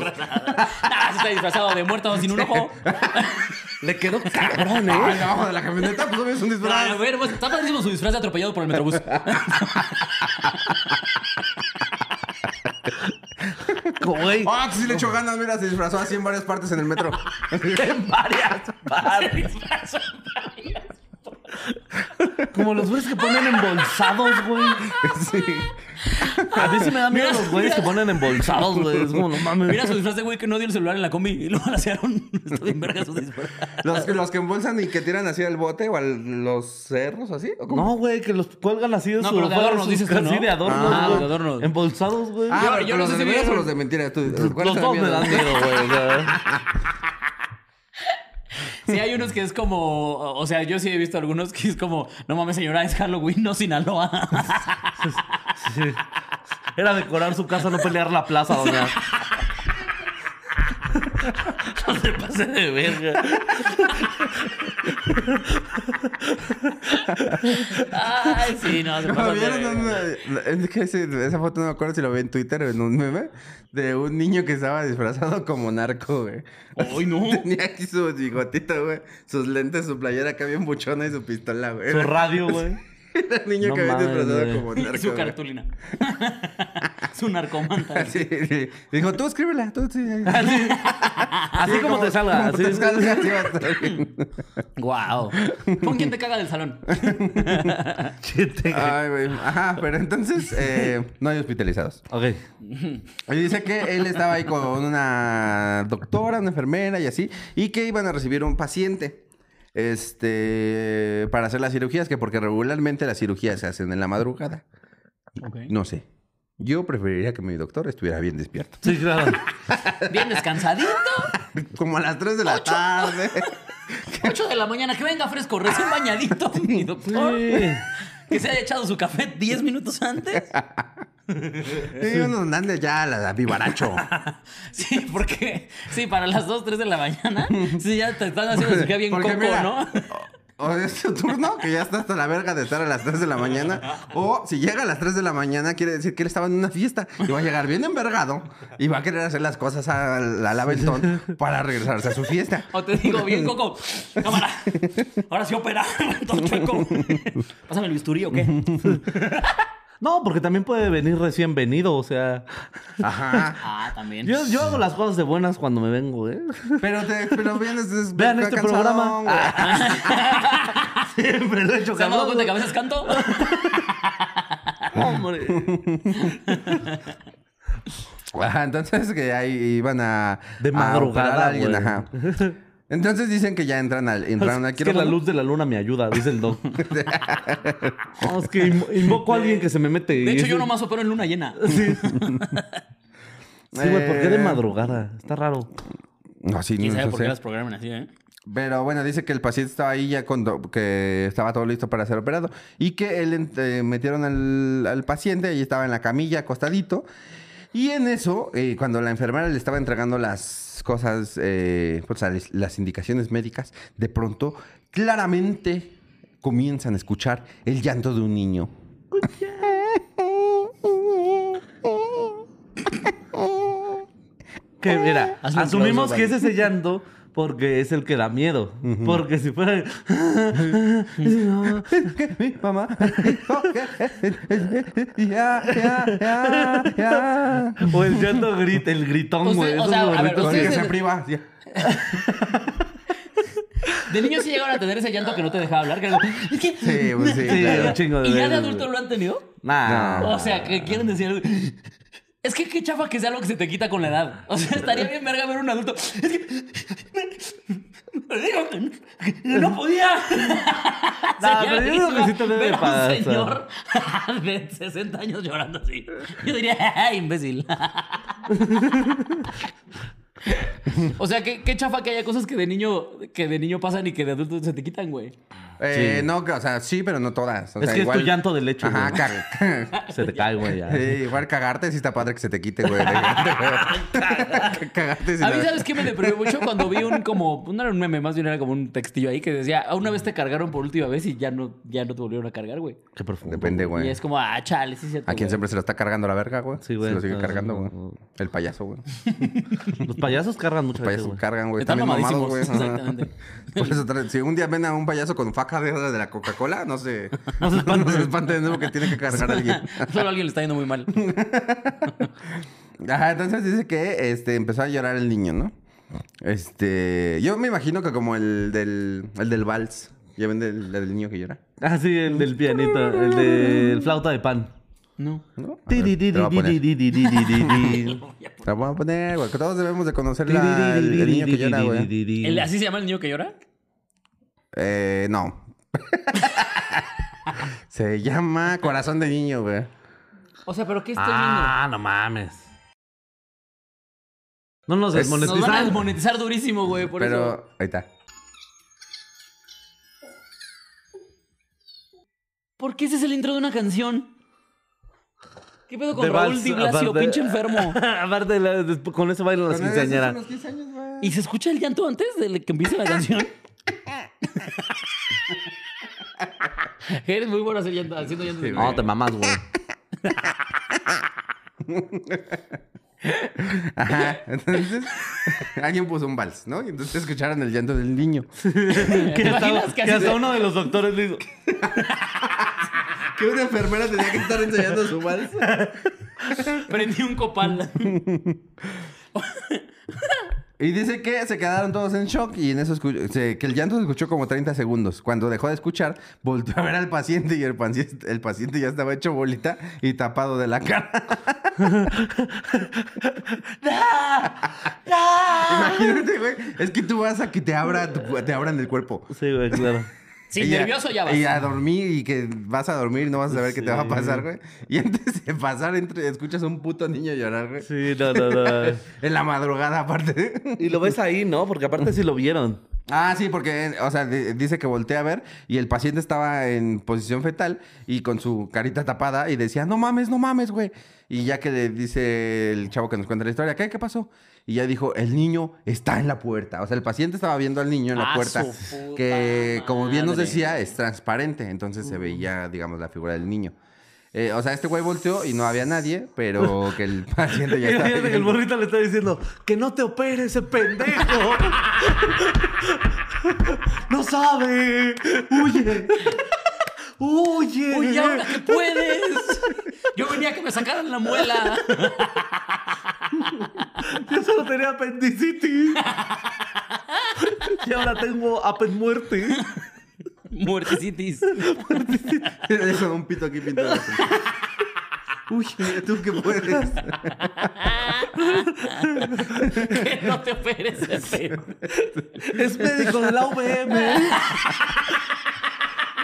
Speaker 3: Nah, se está disfrazado de muerto sin un ojo.
Speaker 2: Le quedó cabrón, ¿eh? Ay, abajo de la camioneta, pues obvio es un disfraz.
Speaker 3: A ver, pues, está padrísimo su disfraz de atropellado por el metrobús.
Speaker 4: Güey,
Speaker 2: Ah, que sí le echó ganas, mira, se disfrazó así en varias partes en el metro.
Speaker 4: en varias partes.
Speaker 3: Disfrazo.
Speaker 4: Como los güeyes que ponen embolsados, güey.
Speaker 2: Sí.
Speaker 4: A mí sí me da miedo
Speaker 3: Mira,
Speaker 4: los güeyes que
Speaker 3: mira.
Speaker 4: ponen embolsados, güey. Es como, no mames.
Speaker 3: Mira su disfraz de güey que no dio el celular en la combi y lo balancearon. Está bien verga su disfraz.
Speaker 2: Los, que- los que embolsan y que tiran así al bote o a los cerros, así. ¿o cómo?
Speaker 4: No, güey, que los cuelgan así de
Speaker 3: No,
Speaker 4: su
Speaker 3: pero de
Speaker 4: fuera
Speaker 3: adornos,
Speaker 4: sus-
Speaker 3: dices tú, ¿no?
Speaker 4: Así de adornos.
Speaker 3: Ah,
Speaker 4: güey.
Speaker 3: de adornos. pues
Speaker 4: Embolsados, güey.
Speaker 2: Ah,
Speaker 3: Yo-
Speaker 2: pero
Speaker 3: yo
Speaker 2: ¿los
Speaker 3: no sé
Speaker 2: de
Speaker 3: si
Speaker 2: veras
Speaker 3: vi-
Speaker 2: o los de mentiras? Tú, ¿cuál
Speaker 4: los
Speaker 2: te da
Speaker 4: dos me
Speaker 2: miedo?
Speaker 4: dan miedo, güey. o sea.
Speaker 3: Sí, hay unos que es como. O sea, yo sí he visto algunos que es como. No mames, señora, es Halloween, no Sinaloa.
Speaker 4: Sí. Era decorar su casa, no pelear la plaza, doña. No se pase de verga.
Speaker 3: Ay, sí, no, se
Speaker 2: ¿No
Speaker 3: pasa de
Speaker 2: vieron
Speaker 3: verga.
Speaker 2: una- es que ese- esa foto no me acuerdo si la vi en Twitter o en un meme de un niño que estaba disfrazado como narco, güey.
Speaker 3: Ay, no.
Speaker 2: Tenía aquí su bigotito, güey, sus lentes, su playera acá bien buchona y su pistola, güey.
Speaker 4: Su radio, güey.
Speaker 2: Era un niño
Speaker 4: No
Speaker 2: que había
Speaker 4: mames,
Speaker 2: disfrazado
Speaker 4: güey.
Speaker 2: como narco.
Speaker 3: Y su
Speaker 2: güey. Ah,
Speaker 3: cartulina. su narcomanta.
Speaker 2: Sí, sí. Dijo, tú escríbela, tú sí, sí.
Speaker 4: Así
Speaker 2: Sí,
Speaker 4: como te salga.
Speaker 2: como
Speaker 4: Así
Speaker 2: te salga, sí va a estar bien.
Speaker 3: Guau. ¿Con quién te caga del salón?
Speaker 4: Chiste.
Speaker 2: Ay, güey. Ajá, pero entonces eh, no hay hospitalizados.
Speaker 4: Ok.
Speaker 2: Y dice que él estaba ahí con una doctora, una enfermera y así, y que iban a recibir un paciente. Este, para hacer las cirugías, que porque regularmente las cirugías se hacen en la madrugada. No sé. Yo preferiría que mi doctor estuviera bien despierto.
Speaker 4: Sí, claro.
Speaker 3: Bien descansadito.
Speaker 2: Como a las 3 de la tarde.
Speaker 3: 8 de la mañana, que venga fresco, recién bañadito, mi doctor.
Speaker 4: Sí.
Speaker 3: Que se haya echado su café 10 minutos antes.
Speaker 2: Y uno anda ya a la a vivaracho.
Speaker 3: Sí, porque sí, para las 2, 3 de la mañana, sí, ya te están haciendo cirugía bien
Speaker 2: Porque
Speaker 3: coco,
Speaker 2: mira,
Speaker 3: ¿no?
Speaker 2: O o es tu turno, que ya está hasta la verga de estar a las 3 de la mañana. O si llega a las 3 de la mañana, quiere decir que él estaba en una fiesta y va a llegar bien envergado y va a querer hacer las cosas al, al aventón para regresarse a su fiesta.
Speaker 3: O te digo, bien coco, cámara, ahora sí opera, todo chueco. Pásame el bisturí o qué.
Speaker 4: No, porque también puede venir recién venido, o sea.
Speaker 2: Ajá.
Speaker 3: Ah, también.
Speaker 4: Yo, yo hago las cosas de buenas cuando me vengo, ¿eh?
Speaker 2: Pero, te, pero vienes des-
Speaker 4: Vean este
Speaker 2: cansadón,
Speaker 4: programa.
Speaker 2: güey.
Speaker 4: Siempre lo he hecho,
Speaker 3: ¿Se han dado cuenta que a veces
Speaker 4: cabrón.
Speaker 3: canto?
Speaker 4: Hombre.
Speaker 2: Ajá, entonces que ahí iban a.
Speaker 4: De
Speaker 2: a
Speaker 4: madrugada,
Speaker 2: operar a alguien,
Speaker 4: güey.
Speaker 2: ajá. Entonces dicen que ya entran al. Entraron al
Speaker 4: Es que la
Speaker 2: quirófano.
Speaker 4: luz de la luna me ayuda, dice el don. No, es que invo- invoco a alguien que se me mete.
Speaker 3: De hecho, yo nomás opero en luna llena.
Speaker 4: Sí, Sí, güey, ¿por qué de
Speaker 2: Eh,
Speaker 4: madrugada? Está raro.
Speaker 2: No, sí,
Speaker 3: ¿Quién
Speaker 2: no
Speaker 3: sabe por
Speaker 2: sé.
Speaker 3: qué las programan así, eh?
Speaker 2: Pero bueno, dice que el paciente estaba ahí ya cuando que estaba todo listo para ser operado y que él ent- eh, metieron al, al paciente, ahí estaba en la camilla acostadito y en eso, eh, cuando la enfermera le estaba entregando las cosas, eh, pues, a les- las indicaciones médicas, de pronto claramente comienzan a escuchar el llanto de un niño.
Speaker 3: Eh,
Speaker 4: Que mira,
Speaker 3: Hazle un
Speaker 4: asumimos
Speaker 3: close-up
Speaker 4: que
Speaker 3: ahí.
Speaker 4: es ese llanto porque es el que da miedo. Porque si fuera.
Speaker 2: ¿Qué? Mi mamá. Oh, ¿qué? Ya, ya, ya, ya.
Speaker 4: o el llanto grita, el gritón,
Speaker 3: Usted-
Speaker 4: güey.
Speaker 3: Pues o
Speaker 4: esos
Speaker 3: sea, a ver,
Speaker 4: gorritos
Speaker 2: Con el
Speaker 3: ustedes-
Speaker 2: que se priva. sí.
Speaker 3: De niños sí llegaron a tener ese llanto que no te dejaba hablar. Que era como, es que...
Speaker 2: Sí, pues sí,
Speaker 4: que- Sí,
Speaker 2: claro.
Speaker 4: un chingo de
Speaker 3: ¿Y ya de
Speaker 4: veces,
Speaker 3: adulto
Speaker 4: güey.
Speaker 3: lo han tenido?
Speaker 4: Nah.
Speaker 2: No.
Speaker 3: O sea, que quieren decir algo. Es que qué chafa que sea algo que se te quita con la edad. O sea, estaría bien verga ver un adulto. Es que. Me dijo que no- que no podía. Sería
Speaker 4: pero yo creo que
Speaker 3: buenísimo
Speaker 4: sí te debe
Speaker 3: ver a
Speaker 4: pasar.
Speaker 3: un señor de 60 años llorando así. Yo diría, ¡ay, imbécil! O sea, qué, qué chafa que haya cosas que de niño que de niño pasan y que de adulto se te quitan, güey.
Speaker 2: Eh, No, que- o sea, sí, pero no todas. O
Speaker 4: Es
Speaker 2: sea,
Speaker 4: que es tu
Speaker 2: igual...
Speaker 4: llanto de leche,
Speaker 2: Ajá,
Speaker 4: güey.
Speaker 2: caga-
Speaker 4: Se te cae, güey. ya.
Speaker 2: Sí, igual cagarte sí está padre que se te quite, güey. cagarte sí
Speaker 3: A mí,
Speaker 2: la-
Speaker 3: ¿sabes qué me deprimió mucho? Cuando vi un como... No era un meme, más bien era como un textillo ahí que decía... "Ah, Una vez te cargaron por última vez y ya no, ya no te volvieron a cargar, güey.
Speaker 4: Qué profundo.
Speaker 2: Depende,
Speaker 3: Y
Speaker 2: güey.
Speaker 3: es como... Ah, chale, sí es cierto,
Speaker 2: A quien
Speaker 3: güey".
Speaker 2: siempre se lo está cargando la verga, güey.
Speaker 4: Sí, güey,
Speaker 2: Se lo sigue
Speaker 4: está-
Speaker 2: cargando, güey. El payaso, güey.
Speaker 4: Los payasos cargan mucho.
Speaker 2: Los payasos cargan, güey.
Speaker 3: Están
Speaker 2: Están bien mamados, güey.
Speaker 3: mamadísimos,
Speaker 2: Ajá.
Speaker 3: exactamente.
Speaker 2: Por eso, tra- si un día ven a un payaso con faca de de la Coca-Cola, no se, no se espanten. de nuevo que tiene que cargar a alguien.
Speaker 3: Solo a alguien le está yendo muy mal.
Speaker 2: Ajá, entonces dice que este, empezó a llorar el niño, ¿no? Este, yo me imagino que como el del, el del vals, ya ven del, del niño que llora.
Speaker 4: Ah, sí, el del pianito, el del flauta de pan.
Speaker 3: No.
Speaker 2: ¿no? A ver, te la voy a poner.
Speaker 4: El
Speaker 2: Te la voy a poner, güey. Que todos debemos de conocer la- el, el niño que llora, güey.
Speaker 3: ¿El- ¿Así se llama el niño que llora?
Speaker 2: Eh, no. Se llama Corazón de Niño, güey.
Speaker 3: O sea, ¿pero qué este estoy
Speaker 4: Ah, no mames. No nos
Speaker 2: Es-
Speaker 3: viendo? Nos van a
Speaker 4: desmonetizan.
Speaker 3: monetizar durísimo, güey, por
Speaker 2: pues Pero,
Speaker 3: eso.
Speaker 2: ahí está.
Speaker 3: ¿Por qué ese es el intro de una canción? ¿Qué pedo con
Speaker 4: De
Speaker 3: Raúl
Speaker 4: vals,
Speaker 3: Di Blasio,
Speaker 4: aparte-
Speaker 3: pinche enfermo?
Speaker 4: Aparte, la- después- con eso bailan las
Speaker 2: Con esos
Speaker 4: quinceañeras.
Speaker 2: son los 15 años, güey.
Speaker 3: ¿Y se escucha el llanto antes de que empiece la canción? Eres muy bueno hacer llanto- haciendo llanto.
Speaker 2: Sí,
Speaker 4: No, te mamas, güey.
Speaker 2: Ajá. Entonces, alguien puso un vals, ¿no? Y entonces escucharon el llanto del niño.
Speaker 3: ¿Te imaginas que
Speaker 4: Que
Speaker 3: así
Speaker 4: hasta
Speaker 3: se-
Speaker 4: uno de los doctores le hizo.
Speaker 2: Que una enfermera tenía que estar enseñando su vals.
Speaker 3: prendí un copal?
Speaker 2: Y dice que se quedaron todos en shock y en eso escu- se- que el llanto se escuchó como 30 segundos. Cuando dejó de escuchar, volvió a ver al paciente y el, panci- el paciente ya estaba hecho bolita y tapado de la cara. Imagínate, güey. Es que tú vas a que te, abra tu cu- te abran el cuerpo.
Speaker 4: Sí, güey, claro.
Speaker 3: Sí,
Speaker 2: Y a-
Speaker 3: nervioso ya vas.
Speaker 2: Y a dormir y que vas a dormir no vas a saber qué te va a
Speaker 4: Sí.
Speaker 2: pasar, güey. Y antes de pasar, entre, escuchas a un puto niño llorar, güey.
Speaker 4: Sí, no, no, no.
Speaker 2: En la madrugada, aparte.
Speaker 4: Y lo ves ahí, ¿no? Porque aparte sí lo vieron.
Speaker 2: Ah, sí, porque, o sea, di- dice que volteé a ver y el paciente estaba en posición fetal y con su carita tapada y decía, no mames, no mames, güey. Y ya que le dice el chavo que nos cuenta la historia, ¿qué, ¿Qué pasó? Y ya dijo, el niño está en la puerta. O sea, el paciente estaba viendo al niño en la
Speaker 3: Ah,
Speaker 2: puerta,
Speaker 3: su puta
Speaker 2: que como bien nos
Speaker 3: madre. Mm.
Speaker 2: decía, es transparente. Entonces se veía, digamos, la figura del niño. Eh, o sea, este güey volteó y no había nadie, pero que el paciente ya estaba...
Speaker 4: Imagínate que el
Speaker 2: viendo.
Speaker 4: morrito le está diciendo que no te opere ese pendejo. no sabe. Huye. Huye.
Speaker 3: Uy, ahora que puedes. Yo venía a que me sacaran la muela.
Speaker 4: Yo solo tenía apendicitis. y ahora tengo apen muerte.
Speaker 3: Muertecitis.
Speaker 2: Le sonó un pito aquí pintado. Uy, tú que puedes.
Speaker 3: Que no te operes. feo.
Speaker 4: Es médico de la UVM.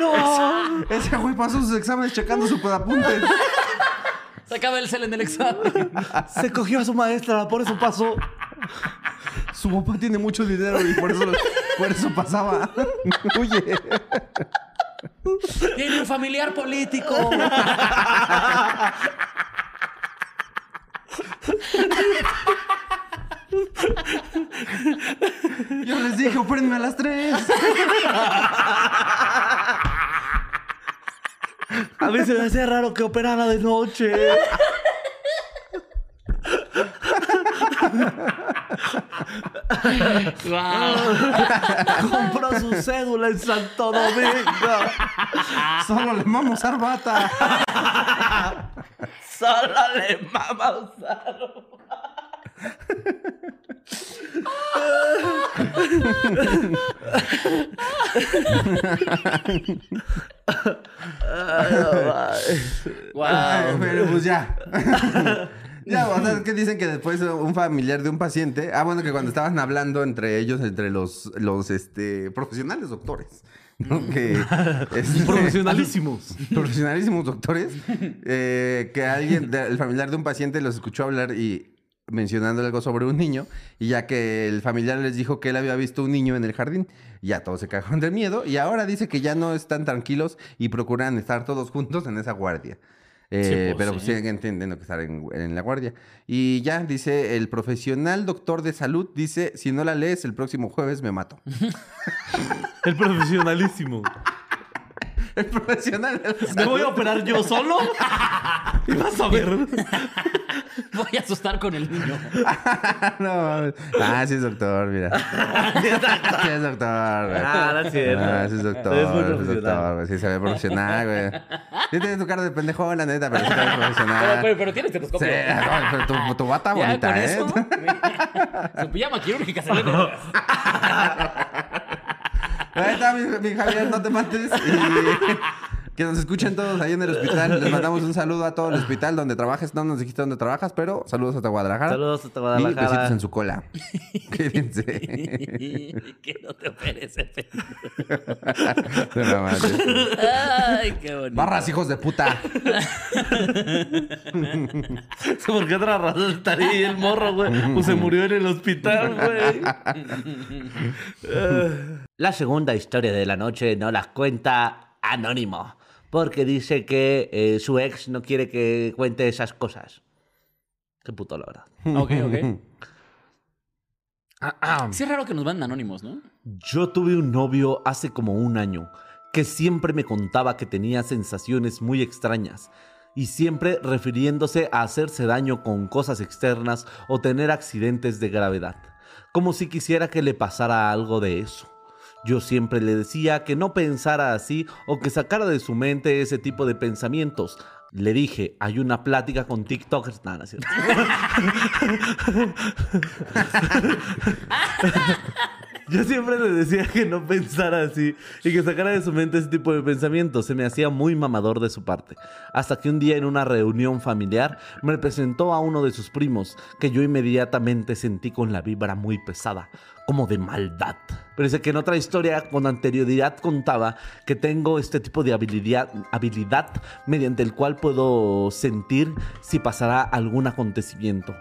Speaker 4: no.
Speaker 2: Ese güey pasó sus exámenes checando su pedapunte.
Speaker 3: Se acaba el cel en el examen.
Speaker 4: Se cogió a su maestra, por eso pasó.
Speaker 2: Su papá tiene mucho dinero y por eso, por eso pasaba. Oye,
Speaker 3: Tiene un familiar político.
Speaker 2: yo les dije, opérenme a las tres.
Speaker 4: A mí se me hacía raro que operara de noche.
Speaker 3: Guau.
Speaker 4: Compró su cédula en Santo Domingo.
Speaker 2: Solo le vamos a usar bata.
Speaker 4: Solo le mama usar.
Speaker 2: Ay,
Speaker 3: Guau.
Speaker 2: Pero pues ya. Ya, o sea, es que dicen que después un familiar de un paciente. Ah, bueno, que cuando estaban hablando entre ellos, entre los, los este, profesionales doctores. ¿no? Que, este,
Speaker 4: Profesionalísimos.
Speaker 2: profesionalísimos doctores, eh, que alguien, de- el familiar de un paciente los escuchó hablar y mencionando algo sobre un niño, y ya que el familiar les dijo que él había visto un niño en el jardín, ya todos se cagaron del miedo, y ahora dice que ya no están tranquilos y procuran estar todos juntos en esa guardia. Eh,
Speaker 3: Sí, pues,
Speaker 2: pero
Speaker 3: sí.
Speaker 2: pues siguen entendiendo que estar en, en la guardia. Y ya dice, el profesional doctor de salud dice, si no la lees el próximo jueves me mato.
Speaker 4: El profesionalísimo.
Speaker 2: El profesional de la
Speaker 4: ¿Me
Speaker 2: salud.
Speaker 4: voy a operar yo solo? Y vas a ver.
Speaker 3: Voy a asustar con el niño.
Speaker 2: No, mames. ah, sí es doctor, mira. Sí es doctor, güey.
Speaker 4: Ah, no es cierto.
Speaker 2: Ah, sí es doctor.
Speaker 4: Es muy
Speaker 2: sí es
Speaker 4: profesional.
Speaker 2: doctor, güey. Sí se ve profesional, güey. Sí tienes tu cara de pendejo, la neta, pero sí te ves
Speaker 3: Pero,
Speaker 2: profesional.
Speaker 3: pero, pero tiene estetoscopio.
Speaker 2: Sí, ah, no, pero tu, tu bata
Speaker 3: Ya,
Speaker 2: bonita,
Speaker 3: con
Speaker 2: ¿eh?
Speaker 3: eso, me- Su pijama quirúrgica se le ve.
Speaker 2: Ahí está, mi, mi Javier, no te mates. Y- Que nos escuchen todos ahí en el hospital. Les mandamos un saludo a todo el hospital donde trabajes. No nos dijiste dónde trabajas, pero saludos hasta Guadalajara.
Speaker 4: Saludos hasta
Speaker 2: Y besitos
Speaker 4: Guadalajara.
Speaker 2: en su cola. Quédense.
Speaker 3: que no te operes, pendejo.
Speaker 2: De la madre.
Speaker 3: Ay, qué bonito.
Speaker 2: Barras, hijos de puta.
Speaker 4: ¿Por qué otra razón estaría ahí el morro, güey? Pues se murió en el hospital, güey. La segunda historia de la noche no las cuenta Anónimo, porque dice que eh, su ex no quiere que cuente esas cosas. Qué puto, la verdad.
Speaker 3: Ok, ok. Sí es raro que nos manden anónimos, ¿no?
Speaker 4: Yo tuve un novio hace como un año que siempre me contaba que tenía sensaciones muy extrañas y siempre refiriéndose a hacerse daño con cosas externas o tener accidentes de gravedad, como si quisiera que le pasara algo de eso. Yo siempre le decía que no pensara así o que sacara de su mente ese tipo de pensamientos. Le dije, hay una plática con TikTokers. Nada, ¿cierto? Yo siempre le decía que no pensara así y que sacara de su mente ese tipo de pensamientos. Se me hacía muy mamador de su parte. Hasta que un día en una reunión familiar me presentó a uno de sus primos que yo inmediatamente sentí con la vibra muy pesada, como de maldad. Pero dice que en otra historia con anterioridad contaba que tengo este tipo de habilidad, habilidad mediante el cual puedo sentir si pasará algún acontecimiento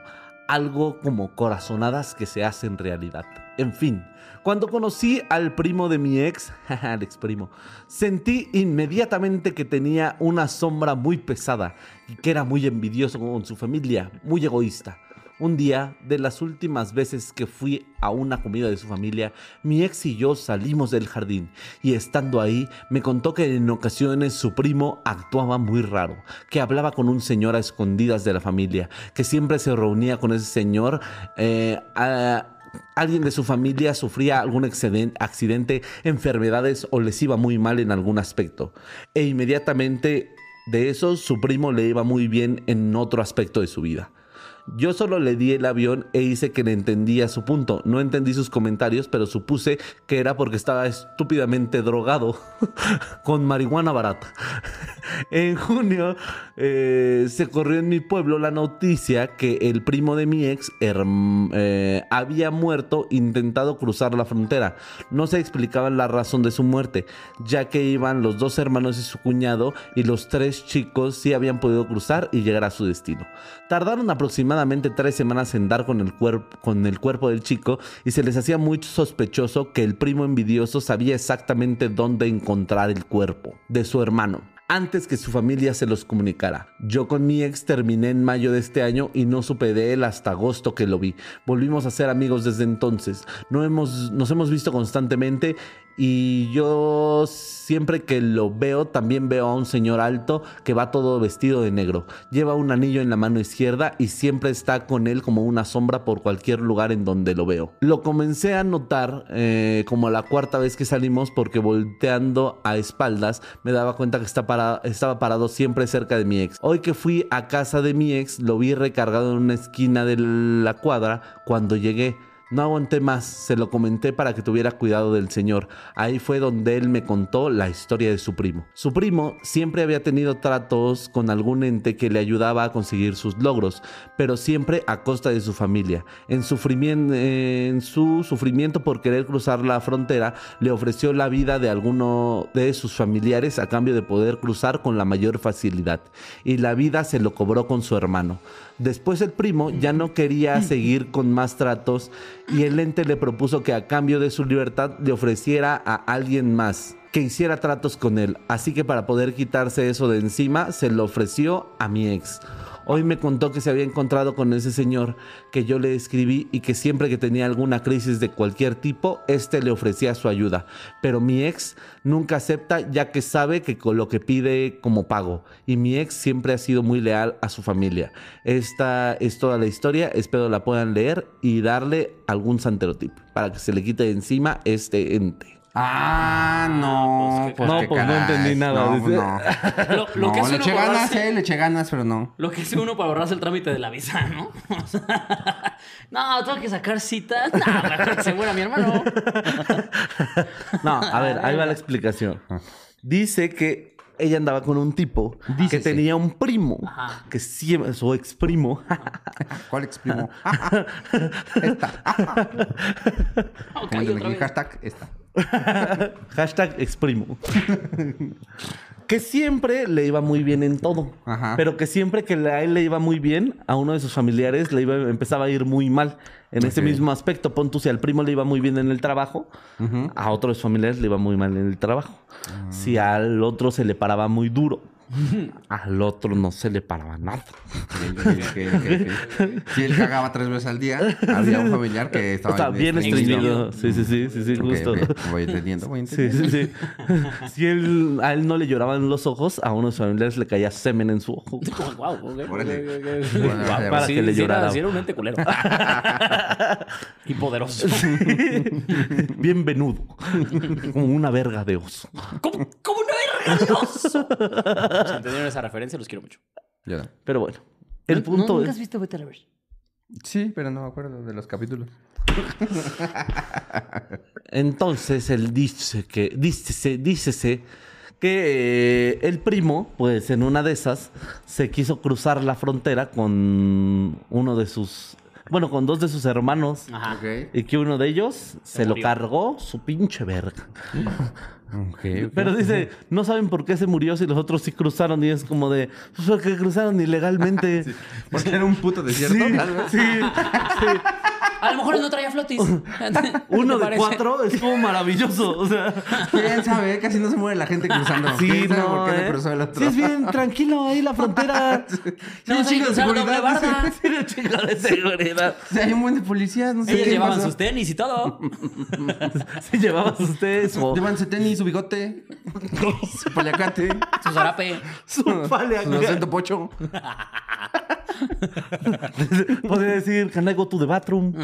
Speaker 4: algo como corazonadas que se hacen realidad. En fin, cuando conocí al primo de mi ex, jaja, al ex primo, sentí inmediatamente que tenía una sombra muy pesada y que era muy envidioso con su familia, muy egoísta. Un día, de las últimas veces que fui a una comida de su familia, mi ex y yo salimos del jardín y estando ahí me contó que en ocasiones su primo actuaba muy raro, que hablaba con un señor a escondidas de la familia, que siempre se reunía con ese señor. eh, a- alguien de su familia sufría algún exceden- accidente, enfermedades o les iba muy mal en algún aspecto. E inmediatamente de eso su primo le iba muy bien en otro aspecto de su vida. Yo solo le di el avión e hice que le entendía su punto. No entendí sus comentarios, pero supuse que era porque estaba estúpidamente drogado con marihuana barata. En junio eh, se corrió en mi pueblo la noticia que el primo de mi ex herm- eh, había muerto intentado cruzar la frontera. No se explicaba la razón de su muerte, ya que iban los dos hermanos y su cuñado y los tres chicos sí habían podido cruzar y llegar a su destino. Tardaron aproximadamente tres semanas en dar con el, cuerp- con el cuerpo del chico y se les hacía muy sospechoso que el primo envidioso sabía exactamente dónde encontrar el cuerpo de su hermano antes que su familia se los comunicara. Yo con mi ex terminé en mayo de este año y no supe de él hasta agosto que lo vi. Volvimos a ser amigos desde entonces. No hemos, nos hemos visto constantemente y yo siempre que lo veo también veo a un señor alto que va todo vestido de negro. Lleva un anillo en la mano izquierda y siempre está con él como una sombra por cualquier lugar en donde lo veo. Lo comencé a notar eh, como la cuarta vez que salimos porque volteando a espaldas me daba cuenta que está para- estaba parado siempre cerca de mi ex. Hoy que fui a casa de mi ex lo vi recargado en una esquina de la cuadra cuando llegué. No aguanté más, se lo comenté para que tuviera cuidado del señor. Ahí fue donde él me contó la historia de su primo. Su primo siempre había tenido tratos con algún ente que le ayudaba a conseguir sus logros, pero siempre a costa de su familia. En, sufrimien- eh, en su sufrimiento por querer cruzar la frontera, le ofreció la vida de alguno de sus familiares a cambio de poder cruzar con la mayor facilidad. Y la vida se lo cobró con su hermano. Después el primo ya no quería seguir con más tratos y el ente le propuso que a cambio de su libertad le ofreciera a alguien más que hiciera tratos con él. Así que para poder quitarse eso de encima, se lo ofreció a mi ex. Hoy me contó que se había encontrado con ese señor que yo le escribí y que siempre que tenía alguna crisis de cualquier tipo, este le ofrecía su ayuda. Pero mi ex nunca acepta ya que sabe que con lo que pide como pago. Y mi ex siempre ha sido muy leal a su familia. Esta es toda la historia. Espero la puedan leer y darle algún santerotip para que se le quite de encima este ente.
Speaker 2: Ah, no.
Speaker 3: pues,
Speaker 2: pues,
Speaker 4: no,
Speaker 2: qué
Speaker 4: pues, no
Speaker 2: caray.
Speaker 4: entendí nada,
Speaker 2: No,
Speaker 4: dice.
Speaker 2: no.
Speaker 3: Lo, lo
Speaker 2: No,
Speaker 3: que hace
Speaker 2: le
Speaker 3: uno
Speaker 2: eché
Speaker 3: para
Speaker 2: ganas,
Speaker 3: ahorrarse-
Speaker 2: eh, le eché ganas, pero no.
Speaker 3: Lo que hace uno para ahorrarse el trámite de la visa, ¿no? O sea, no, tengo que sacar citas. No, mejor que se muera mi hermano.
Speaker 4: No, a ver, ahí va la explicación. Dice que ella andaba con un tipo que
Speaker 2: Dícese.
Speaker 4: tenía un primo,
Speaker 3: Ajá.
Speaker 4: que siempre, su ex primo,
Speaker 2: ¿Cuál exprimo?
Speaker 3: Ok, otra
Speaker 2: Como el
Speaker 3: vez.
Speaker 2: hashtag esta.
Speaker 4: Hashtag exprimo. que siempre le iba muy bien en todo.
Speaker 2: Ajá.
Speaker 4: Pero que siempre que a él le iba muy bien, a uno de sus familiares le iba, empezaba a ir muy mal. En ese
Speaker 2: Ok.
Speaker 4: mismo aspecto, pon tú, si al primo le iba muy bien en el trabajo, a otro de sus familiares le iba muy mal en el trabajo.
Speaker 2: Ah.
Speaker 4: Si al otro se le paraba muy duro, al otro no se le paraba nada.
Speaker 2: Ok, ok, ok, ok. Si él cagaba tres veces al día, había un familiar que estaba este
Speaker 4: Está bien estreñido. Sí, sí, sí, sí, sí,
Speaker 2: Ok,
Speaker 4: justo.
Speaker 2: ok, Voy entendiendo, voy
Speaker 4: Sí,
Speaker 2: entendiendo.
Speaker 4: sí, sí. Si él, a él no le lloraban los ojos, a uno de sus familiares le caía semen en su ojo.
Speaker 3: Como, Guau, ok,
Speaker 2: Órale.
Speaker 3: ok, ok, ok.
Speaker 2: Bueno,
Speaker 3: Guau,
Speaker 4: para
Speaker 3: sí,
Speaker 4: que le
Speaker 3: sí era-
Speaker 4: llorara.
Speaker 3: sí era un ente culero. y poderoso.
Speaker 4: Bienvenudo. Como una verga de oso.
Speaker 3: ¿Cómo, cómo no era gracioso? Si entendieron esa referencia, los quiero mucho.
Speaker 2: Yo no.
Speaker 4: Pero bueno, el
Speaker 3: ¿No-
Speaker 4: punto
Speaker 3: ¿Nunca has
Speaker 4: es...
Speaker 3: visto Weta Lovers?
Speaker 2: Sí, pero no me acuerdo de los capítulos.
Speaker 4: Entonces él dice que... Dícese, dícese que eh, el primo, pues en una de esas, se quiso cruzar la frontera con uno de sus... Bueno, con dos de sus hermanos.
Speaker 3: Ajá.
Speaker 2: Ok.
Speaker 4: Y que uno de ellos se, lo
Speaker 3: murió.
Speaker 4: cargó su pinche verga.
Speaker 2: Ok, ok.
Speaker 4: Pero dice, no saben por qué se murió si los otros sí cruzaron. Y es como de, pues porque cruzaron ilegalmente.
Speaker 2: Porque era un puto desierto. tal vez.
Speaker 4: sí, sí.
Speaker 3: A lo mejor no traía flotis.
Speaker 4: Uno
Speaker 3: ¿Te
Speaker 4: de
Speaker 3: parece?
Speaker 4: cuatro es como maravilloso. O sea,
Speaker 2: ¿Quién sabe? Casi no se muere la gente cruzando.
Speaker 4: sí,
Speaker 2: ¿Quién sabe
Speaker 4: no.
Speaker 2: por qué se
Speaker 4: eh.
Speaker 2: cruzó el otro?
Speaker 4: Sí, es bien tranquilo ahí la frontera.
Speaker 2: Sí, un
Speaker 3: No, sí,
Speaker 2: chingo de
Speaker 3: cruzaba doble
Speaker 2: seguridad,
Speaker 3: barda.
Speaker 2: dice.
Speaker 4: Tiene un chingo de seguridad.
Speaker 2: Sí, hay un buen de policías, no sé
Speaker 3: Ellos
Speaker 2: qué
Speaker 3: llevaban
Speaker 2: pasó.
Speaker 3: sus tenis y todo.
Speaker 4: Si llevabas ustedes su,
Speaker 2: Llevan su tenis, su bigote, su paliacate,
Speaker 3: Su zarape.
Speaker 4: su
Speaker 2: su acento pocho.
Speaker 4: Podría decir, can I go to the bathroom?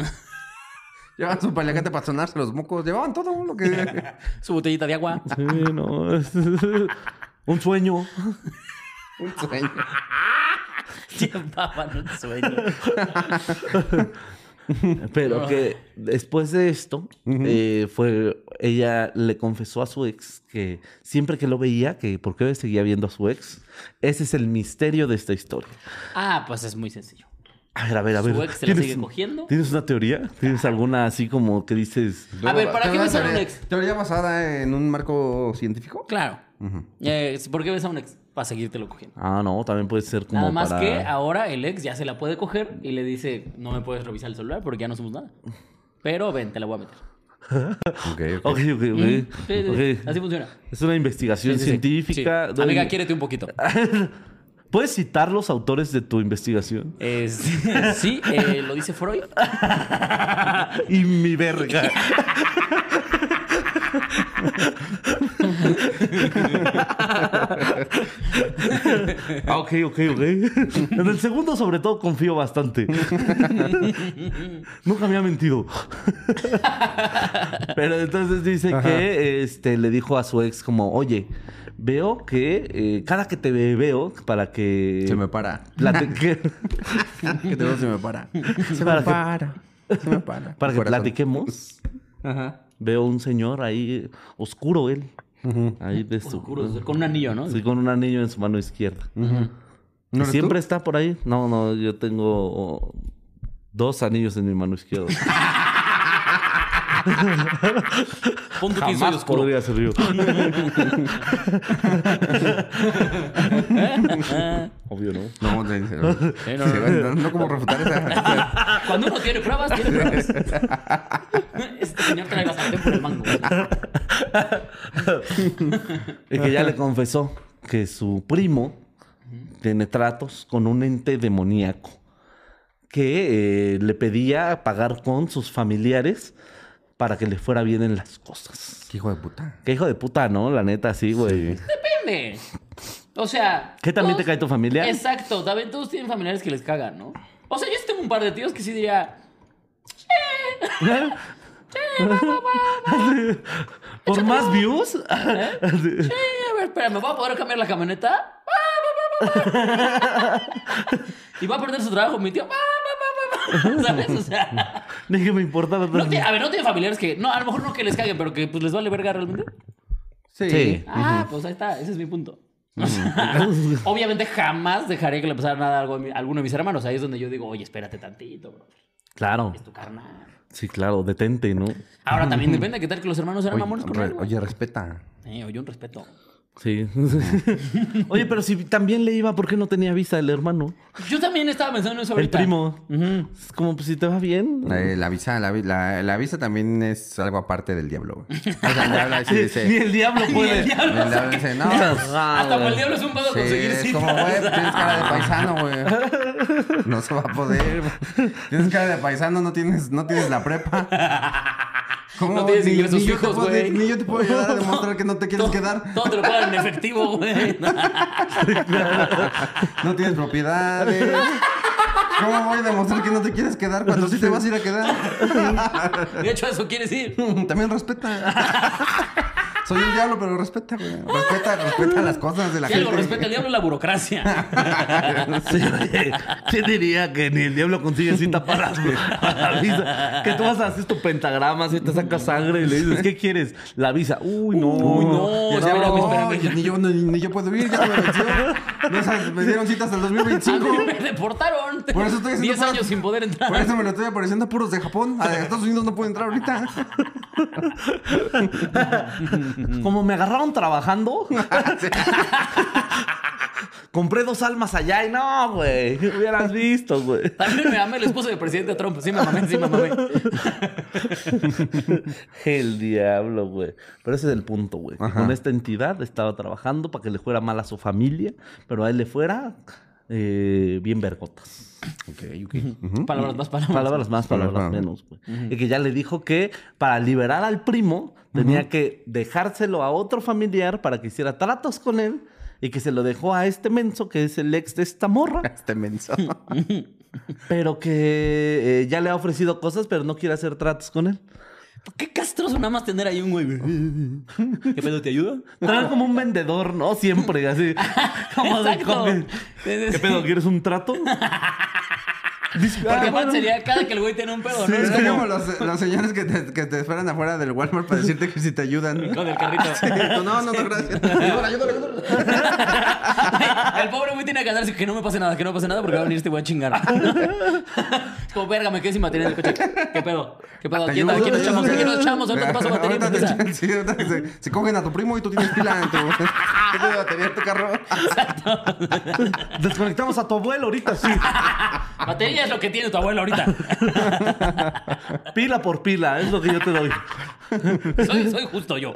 Speaker 2: Llevaban su paliacate para sonarse los mocos. Llevaban todo lo que...
Speaker 3: Su botellita de agua.
Speaker 4: Sí, no. es- Un sueño.
Speaker 2: Un sueño.
Speaker 3: Llevaban un sueño.
Speaker 4: Pero que después de esto, eh, fue, ella le confesó a su ex que siempre que lo veía, que por qué seguía viendo a su ex, ese es el misterio de esta historia.
Speaker 3: Ah, pues es muy sencillo.
Speaker 4: A ver, a ver, a ver.
Speaker 3: Su ex se la
Speaker 4: ¿Tienes-
Speaker 3: sigue cogiendo.
Speaker 4: ¿Tienes una teoría? ¿Tienes alguna así como que dices...
Speaker 3: A ver, ¿para qué
Speaker 2: Teoría-
Speaker 3: ves a un
Speaker 2: teoría-
Speaker 3: ex?
Speaker 2: ¿Teoría basada en un marco científico?
Speaker 3: Claro. Eh, ¿Por qué ves a un ex? Para seguírtelo cogiendo.
Speaker 4: Ah, no, también puede ser como
Speaker 3: Nada más
Speaker 4: para...
Speaker 3: que ahora el ex ya se la puede coger y le dice, no me puedes revisar el celular porque ya no somos nada. Pero ven, te la voy a meter.
Speaker 2: Ok,
Speaker 4: Ok, ok, ok.
Speaker 3: Sí, sí, sí.
Speaker 4: ok.
Speaker 3: Así funciona.
Speaker 4: Es una
Speaker 3: Sí,
Speaker 4: investigación
Speaker 3: sí, sí.
Speaker 4: científica.
Speaker 3: Sí.
Speaker 4: doy-
Speaker 3: Amiga, quiérete un poquito.
Speaker 4: ¿Puedes citar los autores de tu investigación?
Speaker 3: Este, sí, eh, lo dice Freud.
Speaker 4: Ah, y mi verga. Ah, ok, ok, ok. En el segundo, sobre todo, confío bastante. Nunca me ha mentido. Pero entonces dice que este, le dijo a su ex como, oye, veo que eh, cada que te veo, para que...
Speaker 2: Se me para.
Speaker 4: platique-
Speaker 2: Que te veo, se me para. Se
Speaker 4: Para
Speaker 2: me
Speaker 4: que-
Speaker 2: para. Se me para.
Speaker 4: para que
Speaker 2: Corazón.
Speaker 4: platiquemos.
Speaker 2: Ajá.
Speaker 4: Veo un señor ahí, oscuro él. Ahí de su-
Speaker 3: Oscuro, con un anillo, ¿no?
Speaker 4: Sí, con un anillo en su mano izquierda.
Speaker 2: ¿No eres
Speaker 4: ¿Siempre está por ahí? No, no, yo tengo oh, dos anillos en mi mano izquierda.
Speaker 3: Pon tu que soy
Speaker 4: Jamás
Speaker 3: oscuro.
Speaker 4: podría ser yo.
Speaker 3: ¿Eh?
Speaker 4: Obvio, ¿no?
Speaker 2: tú? No, te dice. No,
Speaker 3: no, no.
Speaker 2: no, no como refutar esa.
Speaker 3: Ah, Cuando uno tiene pruebas, tiene pruebas. Este señor trae la sartén por el mango.
Speaker 4: El que ya le confesó que su primo tiene tratos con un ente demoníaco que eh, le pedía pagar con sus familiares para que le fuera bien en las cosas.
Speaker 2: Qué hijo de puta.
Speaker 4: Qué hijo de puta, ¿no? La neta, sí, güey.
Speaker 3: Depende. O sea.
Speaker 4: ¿Qué también te cae tu familia?
Speaker 3: Exacto. También todos tienen familiares que les cagan, ¿no? O sea, yo sí tengo un par de tíos que sí diría.
Speaker 4: Por más views. Ah,
Speaker 3: "Eh, a ver, espera, ¿me voy a poder cambiar la camioneta? Va, va, va, va, va". y va a perder su trabajo mi tío. Va, va, va, va, va. ¿Sabes? O sea.
Speaker 4: Ni que me importaba.
Speaker 3: no tiene- a ver, no tiene familiares que. No, a lo mejor no que les caguen, pero que pues les vale verga realmente.
Speaker 2: Sí.
Speaker 4: Sí.
Speaker 3: Ah, pues ahí está. Ese es mi punto. Obviamente jamás dejaría que le pasara nada a algo a mi- a alguno de mis hermanos. Ahí es donde yo digo, oye, espérate tantito, bro.
Speaker 4: Claro.
Speaker 3: Es tu carnal.
Speaker 4: Sí, claro, detente, ¿no?
Speaker 3: Ahora también depende, ¿qué tal que los hermanos eran
Speaker 2: Oye,
Speaker 3: mamones con
Speaker 2: re-
Speaker 3: algo?
Speaker 2: oye, respeta.
Speaker 3: Eh, oye, un respeto.
Speaker 4: Sí. Oye, pero si también le iba, ¿por qué no tenía visa el hermano?
Speaker 3: Yo también estaba pensando en eso
Speaker 4: El
Speaker 3: ahorita.
Speaker 4: primo.
Speaker 3: Ujú.
Speaker 4: Es como, pues si te va bien.
Speaker 2: Eh, la visa, la, vi- la- la visa también es algo aparte del diablo. güey. O sea, el diablo así dice.
Speaker 4: Ni el diablo puede.
Speaker 3: el diablo
Speaker 2: el diablo dice, no. pues,
Speaker 4: Ah,
Speaker 3: Hasta para
Speaker 4: güey.
Speaker 3: el diablo es un pedo
Speaker 2: sí,
Speaker 3: conseguir
Speaker 2: es
Speaker 3: citas.
Speaker 2: como, güey, pues, tienes cara de paisano, güey. No se va a poder. güey. Tienes cara de paisano, no tienes, no tienes la prepa. ¿Cómo?
Speaker 3: No tienes
Speaker 2: Ni-
Speaker 3: ingresos
Speaker 2: ni yo te
Speaker 3: fijos,
Speaker 2: puedo-
Speaker 3: güey.
Speaker 2: Ni yo te puedo ayudar a demostrar que no te quieres
Speaker 3: Todo-
Speaker 2: quedar.
Speaker 3: Todo te lo pagan en efectivo, güey.
Speaker 2: No tienes propiedades. ¿Cómo voy a demostrar que no te quieres quedar cuando sí te vas a ir a quedar?
Speaker 3: De hecho, a eso quieres ir.
Speaker 2: También respeta. Soy un diablo, pero respeta, güey. Respeta, respeta las cosas de la
Speaker 3: Si
Speaker 2: gente.
Speaker 3: algo respeta el diablo, la burocracia.
Speaker 4: Sí, oye, ¿Quién diría que ni el diablo consigue cita para, para la visa? Que tú vas a hacer tu pentagrama, así te sacas sangre y le dices, ¿qué quieres? La visa. Uy, no.
Speaker 3: Uy, no.
Speaker 2: No,
Speaker 3: o sea, espérame, espérame.
Speaker 2: ni, yo, ni, ni yo puedo ir, ya se me venció. No, esas- me dieron citas hasta el
Speaker 3: A mí
Speaker 2: 2025.
Speaker 3: me deportaron.
Speaker 2: Por eso estoy haciendo
Speaker 3: 10
Speaker 2: puras-
Speaker 3: años sin poder entrar.
Speaker 2: Por eso me lo estoy apareciendo a puros de Japón. A Estados Unidos no puedo entrar ahorita.
Speaker 4: Como me agarraron trabajando, compré dos almas allá y no, güey. Hubieras visto, güey.
Speaker 3: También me mamé el esposo del presidente Trump. Sí, me mamé, sí, me mamé.
Speaker 4: El diablo, güey. Pero ese es el punto, güey. que Con esta entidad estaba trabajando para que le fuera mal a su familia, pero a él le fuera eh, bien vergotas.
Speaker 3: Palabras más palabras.
Speaker 4: Palabras más, palabras
Speaker 2: Palabras
Speaker 4: menos, güey. Y que ya le dijo que para liberar al primo tenía que dejárselo a otro familiar para que hiciera tratos con él y que se lo dejó a este menso que es el ex de esta morra,
Speaker 2: Este menso.
Speaker 4: pero que eh, ya le ha ofrecido cosas pero no quiere hacer tratos con él.
Speaker 3: Qué castroso nada más tener ahí un güey. ¿Qué pedo te ayuda?
Speaker 4: Traen como un vendedor, ¿no? Siempre así. Como de
Speaker 3: Exacto.
Speaker 4: comer.
Speaker 3: Sí, sí,
Speaker 4: ¿Qué
Speaker 3: sí.
Speaker 4: pedo? ¿Quieres un trato? Dice, "Ah,
Speaker 3: Porque aparte
Speaker 4: bueno".
Speaker 3: sería cada que el güey tiene un pedo, ¿no?
Speaker 2: es
Speaker 3: Es como
Speaker 2: como los, los señores que te, que te esperan afuera del Walmart para decirte que si te ayudan.
Speaker 3: con el carrito.
Speaker 2: No, no, no, gracias. Ayúdala, ayúdala, ayúdala.
Speaker 3: El pobre güey tiene que hacerse que no me pase nada, que no me pase nada porque va a venir este güey a chingar. Es como, verga, me quedé sin batería en el coche. ¿Qué pedo? ¿Qué pedo?
Speaker 2: Te
Speaker 3: ¿Quién
Speaker 2: ayudo,
Speaker 3: aquí nos
Speaker 2: te
Speaker 3: echamos?
Speaker 2: ayudo.
Speaker 3: Aquí nos echamos? Ahorita te paso batería.
Speaker 2: Ahorita te
Speaker 3: putiza.
Speaker 2: echan- sí, ahorita se, se cogen a tu primo y tú tienes pila en tu, tú tienes batería en tu carro.
Speaker 4: Desconectamos a tu abuelo ahorita, sí.
Speaker 3: Batería es lo que tiene tu abuelo ahorita.
Speaker 4: Pila por pila, es lo que yo te doy.
Speaker 3: Soy, soy justo yo.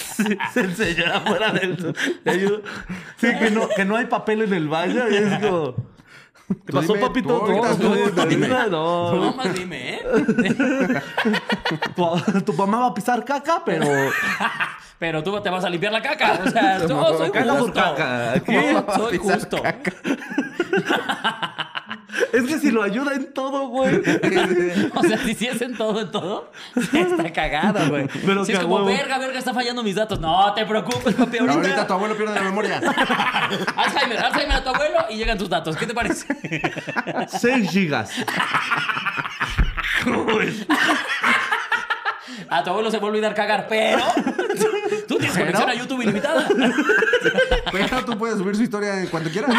Speaker 4: Sí, se enseña afuera del. te ayudo. Sí, que no, que no hay papel en el baño y es como. ¿Te
Speaker 2: Tú
Speaker 4: pasó,
Speaker 2: dime,
Speaker 4: papito?
Speaker 2: tú ahorita,
Speaker 4: No,
Speaker 2: tú,
Speaker 4: no,
Speaker 2: tú dime.
Speaker 4: no.
Speaker 3: No más dime, ¿eh?
Speaker 4: Tu, tu mamá va a pisar caca, pero.
Speaker 3: Pero tú te vas a limpiar la caca. O sea, no, soy
Speaker 4: Caca por
Speaker 3: justo.
Speaker 4: caca. Aquí.
Speaker 3: No,
Speaker 2: Vas a
Speaker 3: soy
Speaker 2: pisar
Speaker 3: justo.
Speaker 4: Es que si lo ayuda en todo, güey.
Speaker 3: O sea, si hiciesen todo en todo, sí está cagado, güey.
Speaker 4: Pero
Speaker 3: si es
Speaker 4: que a
Speaker 3: como,
Speaker 4: huevo.
Speaker 3: verga, verga, está fallando mis datos. No te preocupes, papi, ahorita.
Speaker 2: Ahorita tu abuelo pierde la memoria.
Speaker 3: Alzheimer, Alzheimer a tu abuelo y llegan tus datos. ¿Qué te parece?
Speaker 4: 6 gigas.
Speaker 3: A tu abuelo se va a olvidar cagar, pero tú tienes
Speaker 2: Pero-
Speaker 3: conexión a YouTube ilimitada.
Speaker 2: Pero tú puedes subir su historia en cuanto quieras.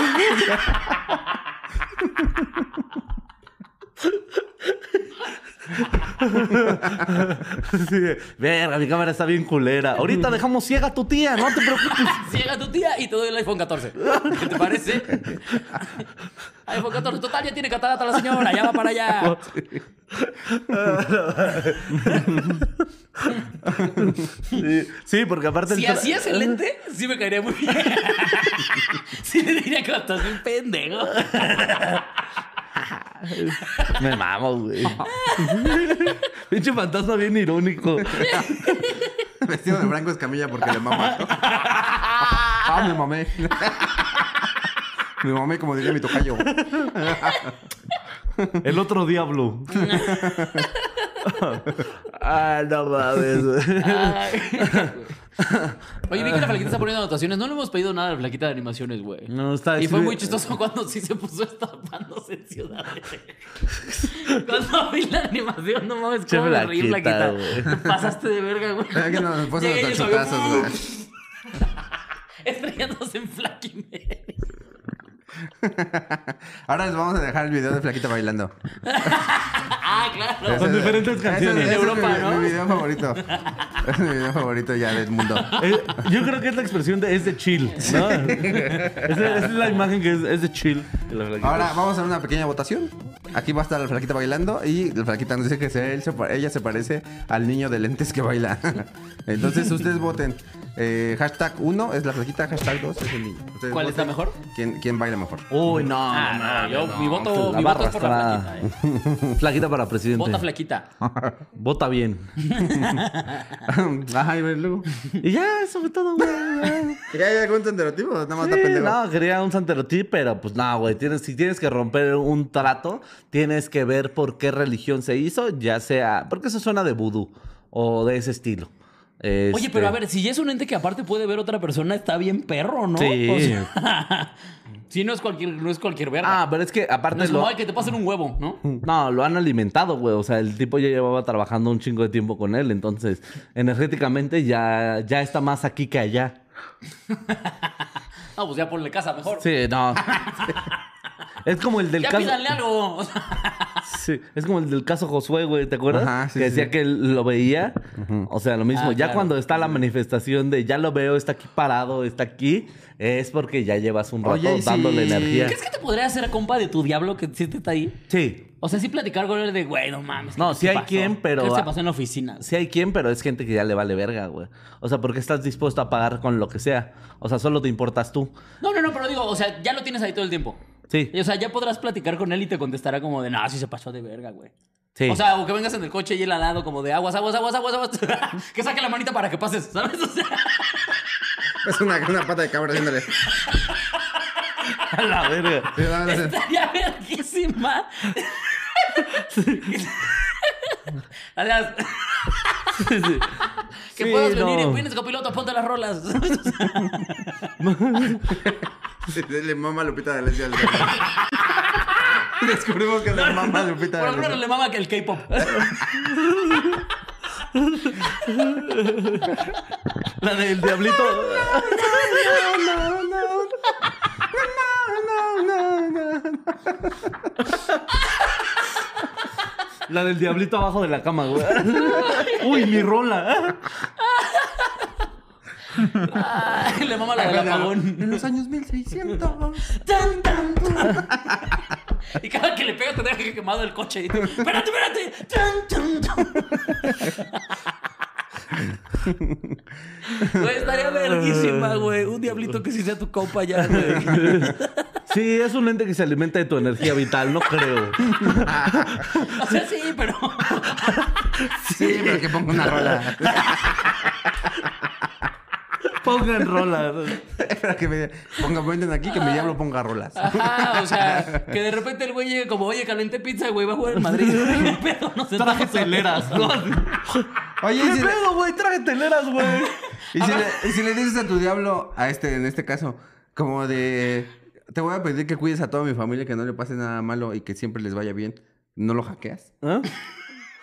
Speaker 4: Sí, verga, mi cámara está bien culera. Ahorita dejamos ciega a tu tía, no te preocupes.
Speaker 3: Llega tu tía y te doy el iPhone 14. ¿Qué te parece? iPhone 14. Total, ya tiene catarata la señora, ya va para allá.
Speaker 4: Sí, sí, porque aparte. el
Speaker 3: Si
Speaker 4: tra-
Speaker 3: así es el lente, sí me caería muy bien. Sí le diría que estás un pendejo.
Speaker 4: Me mamo, güey. Pinche fantasma bien irónico.
Speaker 2: Vestido de Franco Escamilla porque le mama. Ah, me mamé. Me mamé, como diría mi tocayo.
Speaker 4: El otro diablo. ah, no mames. güey.
Speaker 3: Ay, güey. Oye, vi que la flaquita está poniendo anotaciones. No le hemos pedido nada a la flaquita de animaciones, güey.
Speaker 4: No, está-
Speaker 3: Y fue
Speaker 4: sí.
Speaker 3: muy chistoso cuando sí se puso estampándose en Ciudad de México. Cuando vi la animación, no mames,
Speaker 4: Che,
Speaker 3: cómo me reí,
Speaker 4: flaquita,
Speaker 3: flaquita. Te pasaste de verga, güey.
Speaker 2: Es que nos puso
Speaker 3: Llegué y
Speaker 2: los
Speaker 3: yo soy-
Speaker 2: tachotazos, güey.
Speaker 3: Estrellé bañándose en Flaquimedia.
Speaker 2: Ahora les vamos a dejar el video de Flaquita bailando.
Speaker 3: Ah, claro.
Speaker 2: Ese-
Speaker 4: diferentes
Speaker 2: ese-
Speaker 4: canciones.
Speaker 2: ese
Speaker 3: En
Speaker 2: es mi-
Speaker 3: Europa, ¿no?
Speaker 2: Mi video favorito. Es mi video favorito ya del mundo.
Speaker 4: Eh, yo creo que es la expresión de es de chill, ¿no? Esa, esa es la imagen que es, es de chill. de la flaquita.
Speaker 2: Ahora vamos a hacer una pequeña votación. Aquí va a estar la flaquita bailando y la flaquita nos dice que se- él se pa- ella se parece al niño de lentes que baila. Entonces ustedes voten. Eh, hashtag 1 es la flaquita, hashtag 2 es el niño. Ustedes
Speaker 3: ¿Cuál está
Speaker 2: voten
Speaker 3: mejor?
Speaker 2: ¿Quién, quién baila mejor?
Speaker 4: Uy, no.
Speaker 3: Ah, no, yo, mi voto,
Speaker 4: la
Speaker 3: mi voto
Speaker 4: barra
Speaker 3: es por la
Speaker 4: está-
Speaker 3: flaquita. eh.
Speaker 4: Flaquita para presidente.
Speaker 3: Vota flaquita.
Speaker 4: Vota bien.
Speaker 2: Ajá, y luego.
Speaker 4: Y ya, eso fue todo, güey.
Speaker 2: ¿Ya hay algún tenderotipo? Nada más está
Speaker 4: Sí,
Speaker 2: pendejo.
Speaker 4: no, quería un santerotip, pero pues no, güey. Tienes, si tienes que romper un trato, tienes que ver por qué religión se hizo, ya sea. Porque eso suena de vudú o de ese estilo.
Speaker 3: Oye,
Speaker 4: Este,
Speaker 3: pero a ver, si ya es un ente que aparte puede ver otra persona, está bien perro, ¿no?
Speaker 4: Sí.
Speaker 3: O sea, sí, no es cualquier, no es cualquier verga.
Speaker 4: Ah, pero es que aparte.
Speaker 3: no es
Speaker 4: lo-
Speaker 3: como "Ay, que te pasen un huevo, ¿no?
Speaker 4: No, lo han alimentado, güey. O sea, el tipo ya llevaba trabajando un chingo de tiempo con él. Entonces, energéticamente ya, ya está más aquí que allá.
Speaker 3: Ah, pues ya ponle casa mejor.
Speaker 4: Sí, no. es como el del
Speaker 3: ya
Speaker 4: caso.
Speaker 3: pídanle algo. O sea,
Speaker 4: Sí, es como el del caso Josué, güey, ¿te acuerdas?
Speaker 2: Ajá, sí,
Speaker 4: que
Speaker 2: sí.
Speaker 4: decía que él lo veía. O sea, lo mismo.
Speaker 3: Ah,
Speaker 4: ya
Speaker 3: claro.
Speaker 4: cuando está la manifestación de ya lo veo, está aquí parado, está aquí, es porque ya llevas un rato
Speaker 2: Oye, y si-
Speaker 4: dándole energía.
Speaker 3: ¿crees que te podría hacer compa de tu diablo que sí te está ahí?
Speaker 4: Sí,
Speaker 3: O sea, sí platicar con él de, güey, no mames.
Speaker 4: No,
Speaker 3: ¿qué
Speaker 4: sí
Speaker 3: te
Speaker 4: hay
Speaker 3: pasó?
Speaker 4: quien, pero-
Speaker 3: ¿Qué se pasó en la oficina?
Speaker 4: sí hay quien, pero es gente que ya le vale verga, güey. O sea, porque estás dispuesto a pagar con lo que sea. O sea, solo te importas tú.
Speaker 3: No, no, no, pero digo, o sea, ya lo tienes ahí todo el tiempo.
Speaker 4: Sí,
Speaker 3: O sea, ya podrás platicar con él y te contestará como de, no, sí se pasó de verga, güey.
Speaker 4: sí.
Speaker 3: O sea, o que vengas en el coche y él al lado como de aguas, aguas, aguas, aguas, aguas. que saque la manita para que pases, ¿sabes? O sea,
Speaker 2: Es una, una pata de cabra haciéndole. Sí,
Speaker 4: a la verga.
Speaker 2: nada más hace-
Speaker 3: estaría verguísima. Adiós.
Speaker 4: Sí, sí.
Speaker 3: Que
Speaker 4: Sí,
Speaker 3: puedas venir
Speaker 4: no.
Speaker 3: y vienes copiloto, ponte las rolas.
Speaker 2: Sí, Le mama Lupita de Lesbia. Descubrimos que le mama Lupita
Speaker 3: Por
Speaker 2: de
Speaker 3: lo menos le mama que el K-pop.
Speaker 4: La del diablito.
Speaker 2: No, no, no. No, no, no, no.
Speaker 4: La del diablito abajo de la cama, güey. Uy, mi rola.
Speaker 3: Ay, le mama la del
Speaker 2: En
Speaker 3: apagón.
Speaker 2: los años 1600.
Speaker 3: Tan, tan, tan. Y cada que le pega te deja quemado el coche. Y tú, espérate, espérate. Tan, tan, tan. Güey, estaría verguísima, güey. Un diablito que sí sea tu compa ya, güey.
Speaker 4: Sí, es un ente que se alimenta de tu energía vital, no creo.
Speaker 3: O sea, sí, pero.
Speaker 2: Sí, pero que pongo una rola.
Speaker 4: Pongan rolas.
Speaker 2: Espera que me ponga, pongan aquí que mi diablo ponga rolas.
Speaker 3: Ajá, o sea, que de repente el güey llegue como, oye, calenté pizza, güey, va a jugar en Madrid. Pero no se
Speaker 4: Traje teleras, ¿no?
Speaker 2: Oye, y
Speaker 4: ¿Qué
Speaker 2: si, le,
Speaker 4: pedo, güey? Traje teleras, güey.
Speaker 2: y si le- y si le dices a tu diablo, a este, en este caso, como de. Te voy a pedir que cuides a toda mi familia, que no le pase nada malo y que siempre les vaya bien. ¿No lo hackeas?
Speaker 4: ¿Eh?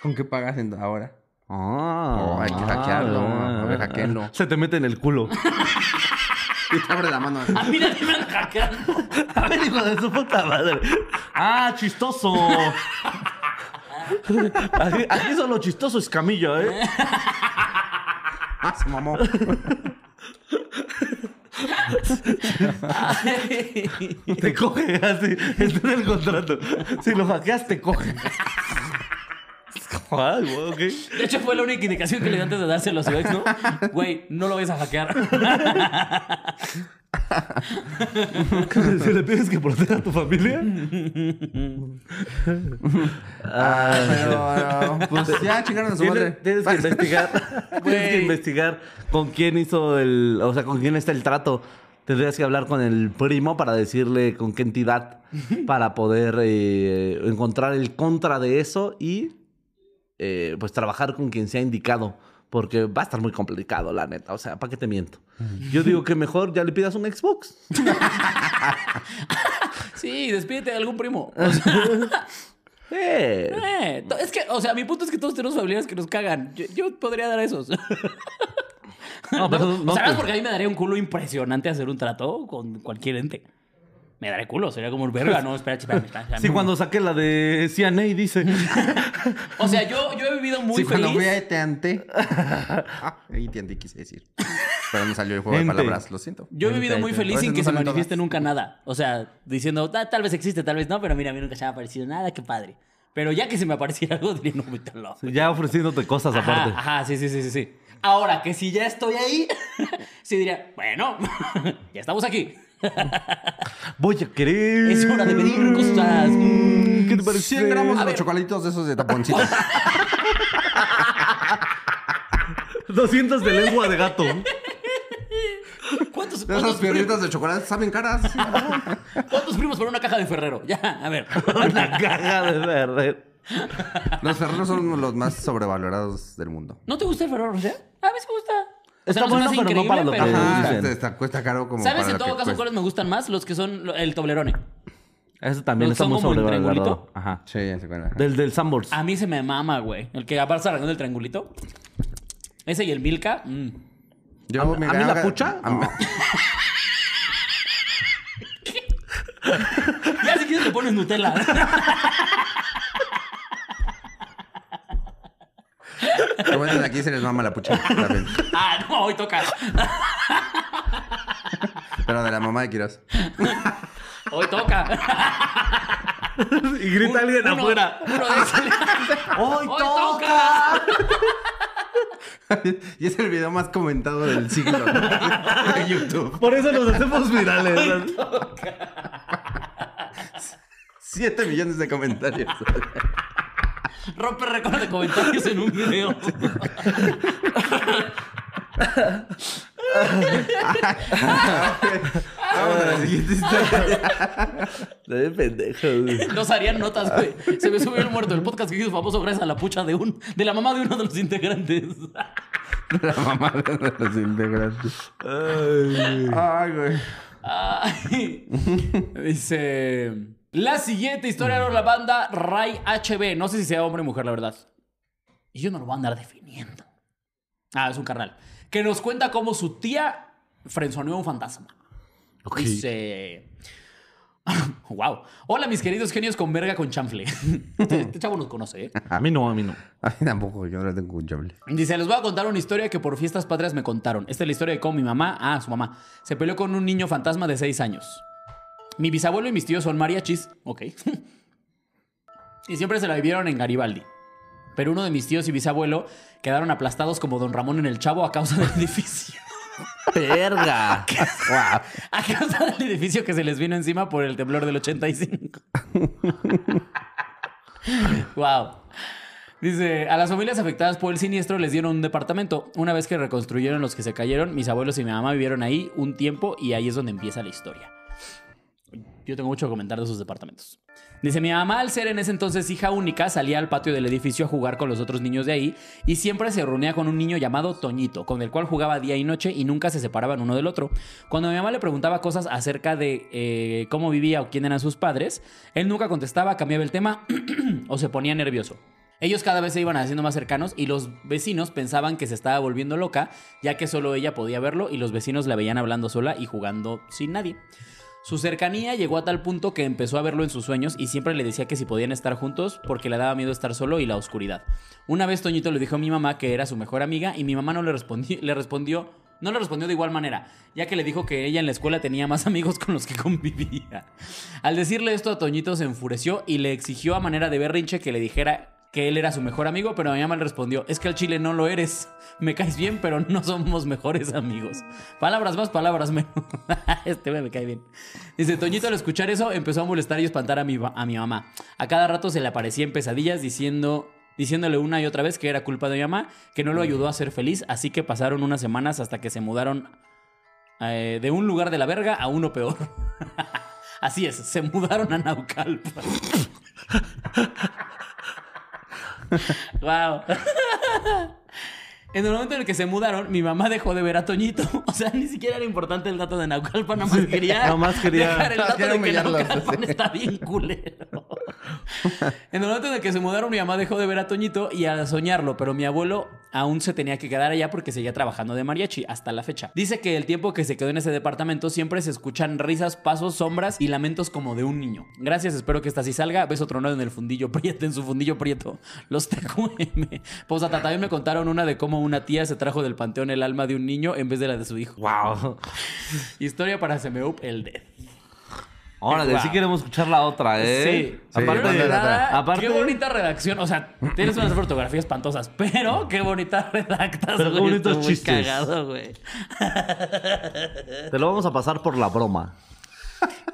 Speaker 2: ¿Con qué pagas en- ahora?
Speaker 4: Ah,
Speaker 2: Oh, hay que hackearlo, a ver, hackeenlo.
Speaker 4: Se te mete en el culo.
Speaker 2: Y te abre la mano.
Speaker 3: A mí nadie me anda Ah, hackeando.
Speaker 4: A ver, hijo de su puta madre. Ah, chistoso. Aquí, aquí solo chistoso es camilla, ¿eh?
Speaker 2: Ah, se mamó.
Speaker 3: Ay.
Speaker 4: Te coge así. Está en el contrato. Si lo hackeas, te coge. Ay, güey, ok.
Speaker 3: De hecho, fue la única indicación que le di antes de dárselo a su ex, ¿no? Güey, no lo vayas a hackear.
Speaker 4: Si le pides que proteja a tu familia. Ah,
Speaker 2: Pero, pues ya chingaron a su madre.
Speaker 4: Tienes, tienes que investigar. tienes que
Speaker 3: Güey.
Speaker 4: investigar con quién hizo el. O sea, con quién está el trato. Tendrías que hablar con el primo para decirle con qué entidad. Para poder eh, encontrar el contra de eso y. eh, pues trabajar con quien se ha indicado. Porque va a estar muy complicado, la neta. O sea, ¿para qué te miento? Yo digo que mejor ya le pidas un Xbox.
Speaker 3: Sí, despídete de algún primo.
Speaker 4: Eh,
Speaker 3: Eh, to- es que, o sea, mi punto es que todos tenemos familiares que nos cagan. Yo, yo podría dar a esos.
Speaker 4: No, pero no- pues, no
Speaker 3: ¿Sabes
Speaker 2: pues.
Speaker 4: te-
Speaker 3: por qué a mí me daría un culo impresionante hacer un trato con cualquier ente? Me daría culo, sería como un verga, no, espera, espera, espera, espera.
Speaker 4: Sí, cuando saqué la de CNA dice.
Speaker 3: O sea, yo, yo he vivido muy
Speaker 2: Sí, cuando fui
Speaker 3: feliz.
Speaker 2: a E ETNT. Ah, ETNT quise decir. Pero no salió el juego
Speaker 4: Ente.
Speaker 2: de palabras, lo siento.
Speaker 3: Yo he vivido muy feliz
Speaker 2: Por eso
Speaker 3: sin
Speaker 2: no
Speaker 3: que se
Speaker 2: salen
Speaker 3: manifieste
Speaker 2: todas.
Speaker 3: nunca nada. O sea, diciendo, "Ah, tal vez existe, tal vez no, pero mira, a mí nunca se me ha aparecido nada, qué padre. Pero ya que se me apareciera algo, diría, no, vete al lado".
Speaker 4: Ya ofreciéndote cosas
Speaker 3: Ajá,
Speaker 4: aparte.
Speaker 3: ajá, sí, sí, sí, sí, sí. Ahora que si ya estoy ahí, sí diría, bueno, ya estamos aquí.
Speaker 4: Voy a querer.
Speaker 3: Es hora de pedir cosas.
Speaker 4: Mm, ¿Qué te parece?
Speaker 2: 100
Speaker 3: A
Speaker 2: gramos de los
Speaker 3: ver.
Speaker 2: chocolatitos de esos de taponcito.
Speaker 4: 200 de lengua de gato.
Speaker 3: ¿Cuántos,
Speaker 2: De esas
Speaker 3: cuántos,
Speaker 2: piernitas de chocolate saben caras.
Speaker 3: cuántos primos por una caja de Ferrero? Ya, a ver.
Speaker 4: Una caja de verde.
Speaker 2: Los ferreros son uno de los más sobrevalorados del mundo.
Speaker 3: ¿No te gusta el Ferrero Rocher? A mí sí me gusta. O
Speaker 4: Está
Speaker 3: sea, no se me
Speaker 4: bueno,
Speaker 3: hace
Speaker 4: pero no
Speaker 3: increíble,
Speaker 4: para lo que
Speaker 3: pero me
Speaker 4: usa.
Speaker 2: Ajá,
Speaker 3: gusta.
Speaker 4: dicen.
Speaker 2: este está- cuesta caro como
Speaker 3: ¿Sabes
Speaker 2: para
Speaker 3: en
Speaker 2: lo
Speaker 3: todo
Speaker 2: que
Speaker 3: caso
Speaker 4: pues.
Speaker 2: cuesta.
Speaker 3: cuáles me gustan más? Los que son lo- el Toblerone.
Speaker 4: Eso también
Speaker 3: ¿No
Speaker 4: está
Speaker 3: son
Speaker 4: muy
Speaker 3: como el
Speaker 4: sobrevalorado.
Speaker 3: triangulito? Ah.
Speaker 4: Ajá.
Speaker 2: Sí, ya se cuenta.
Speaker 4: Del, del Sambors.
Speaker 3: A mí se me mama, güey. El que aparte arrancando el triangulito. Ese y el Milka. mm.
Speaker 2: Yo
Speaker 4: ¿A- a mí
Speaker 2: ganaba-
Speaker 4: la pucha?
Speaker 2: a mí-
Speaker 3: Ya si quieres le pones Nutella.
Speaker 2: Pero bueno, aquí se les mama la pucha. la ven.
Speaker 3: ah, no, hoy toca.
Speaker 2: Pero de la mamá de Quiroz.
Speaker 3: Hoy toca.
Speaker 4: y grita alguien
Speaker 3: Uno-
Speaker 4: afuera.
Speaker 3: uno de esos.
Speaker 4: ¡Hoy
Speaker 3: ¡Hoy
Speaker 4: toca!
Speaker 3: toca!
Speaker 2: Y es el video más comentado del siglo ¿no? de YouTube.
Speaker 4: Por eso nos hacemos virales.
Speaker 2: 7 millones de comentarios.
Speaker 3: Rompe récord de comentarios en un video.
Speaker 2: Vamos a la siguiente historia.
Speaker 4: De pendejo. güey.
Speaker 3: Nos harían notas, güey. Se me subió el muerto. El podcast que hizo famoso gracias a la pucha de un, de la mamá de uno de los integrantes.
Speaker 2: La mamá de los integrantes. Ay, güey.
Speaker 3: Ay. Dice. La siguiente historia era la banda Ray HB. No sé si sea hombre o mujer, la verdad. Y yo no lo voy a andar definiendo. Ah, es un carnal. Que nos cuenta cómo su tía frenzoneó a un fantasma.
Speaker 4: Ok.
Speaker 3: Dice. wow. Hola, mis queridos genios con verga con chanfle. Este este chavo nos conoce, ¿eh?
Speaker 4: A mí no, a mí no.
Speaker 2: A mí tampoco, yo no tengo un chable.
Speaker 3: Dice, les voy a contar una historia que por fiestas patrias me contaron. Esta es la historia de cómo mi mamá, ah, su mamá, se peleó con un niño fantasma de 6 años. Mi bisabuelo y mis tíos son mariachis, ok. y siempre se la vivieron en Garibaldi. Pero uno de mis tíos y bisabuelo quedaron aplastados como Don Ramón en el Chavo a causa del edificio.
Speaker 4: ¡Perga!
Speaker 3: A causa del edificio que se les vino encima por el temblor del 85. wow. Dice, a las familias afectadas por el siniestro les dieron un departamento. Una vez que reconstruyeron los que se cayeron, mis abuelos y mi mamá vivieron ahí un tiempo y ahí es donde empieza la historia. Yo tengo mucho que comentar de esos departamentos. Dice, mi mamá al ser en ese entonces hija única salía al patio del edificio a jugar con los otros niños de ahí y siempre se reunía con un niño llamado Toñito, con el cual jugaba día y noche y nunca se separaban uno del otro. Cuando mi mamá le preguntaba cosas acerca de eh, cómo vivía o quién eran sus padres, él nunca contestaba, cambiaba el tema o se ponía nervioso. Ellos cada vez se iban haciendo más cercanos y los vecinos pensaban que se estaba volviendo loca, ya que solo ella podía verlo y los vecinos la veían hablando sola y jugando sin nadie. Su cercanía llegó a tal punto que empezó a verlo en sus sueños y siempre le decía que si podían estar juntos porque le daba miedo estar solo y la oscuridad. Una vez Toñito le dijo a mi mamá que era su mejor amiga y mi mamá no le respondió, le respondió, no le respondió de igual manera, ya que le dijo que ella en la escuela tenía más amigos con los que convivía. Al decirle esto a Toñito se enfureció y le exigió a manera de berrinche que le dijera que él era su mejor amigo, pero mi mamá le respondió, es que al chile no lo eres, me caes bien, pero no somos mejores amigos. Palabras más, palabras menos. este güey me cae bien. Dice, Toñito al escuchar eso empezó a molestar y espantar a mi, ba- a mi mamá. A cada rato se le aparecía en pesadillas diciendo... Diciéndole una y otra vez que era culpa de mi mamá, que no lo ayudó a ser feliz, así que pasaron unas semanas hasta que se mudaron eh, de un lugar de la verga a uno peor. así es, se mudaron a Naucalpa. Wow. En el momento en el que se mudaron, mi mamá dejó de ver a Toñito. O sea, ni siquiera era importante el dato de Naucalpan, nada más quería,
Speaker 4: nada más quería-
Speaker 3: dejar el
Speaker 2: nada
Speaker 3: dato
Speaker 2: más quería
Speaker 3: de que
Speaker 2: humillarlos,
Speaker 3: Naucalpan está bien culero. En el momento en el que se mudaron, mi mamá dejó de ver a Toñito y a soñarlo, pero mi abuelo aún se tenía que quedar allá porque seguía trabajando de mariachi hasta la fecha. Dice que el tiempo que se quedó en ese departamento siempre se escuchan risas, pasos, sombras y lamentos como de un niño. Gracias, espero que esta sí salga. Beso tronado en el fundillo prieto, en su fundillo prieto. Los TQM. Posa también me contaron una de cómo una tía se trajo del panteón el alma de un niño en vez de la de su hijo.
Speaker 4: Wow.
Speaker 3: Historia para Semeup, el de.
Speaker 4: Órale,
Speaker 3: Wow.
Speaker 4: sí queremos escuchar la otra, ¿eh?
Speaker 3: Sí.
Speaker 4: Aparte,
Speaker 3: Primero que
Speaker 4: de,
Speaker 3: nada,
Speaker 4: aparte
Speaker 3: qué bonita redacción. O sea, tienes unas fotografías espantosas, pero qué bonita redactas,
Speaker 4: Pero qué
Speaker 3: güey.
Speaker 4: bonitos
Speaker 3: Estuvo muy
Speaker 4: chistes.
Speaker 3: cagado, güey.
Speaker 4: te lo vamos a pasar por la broma.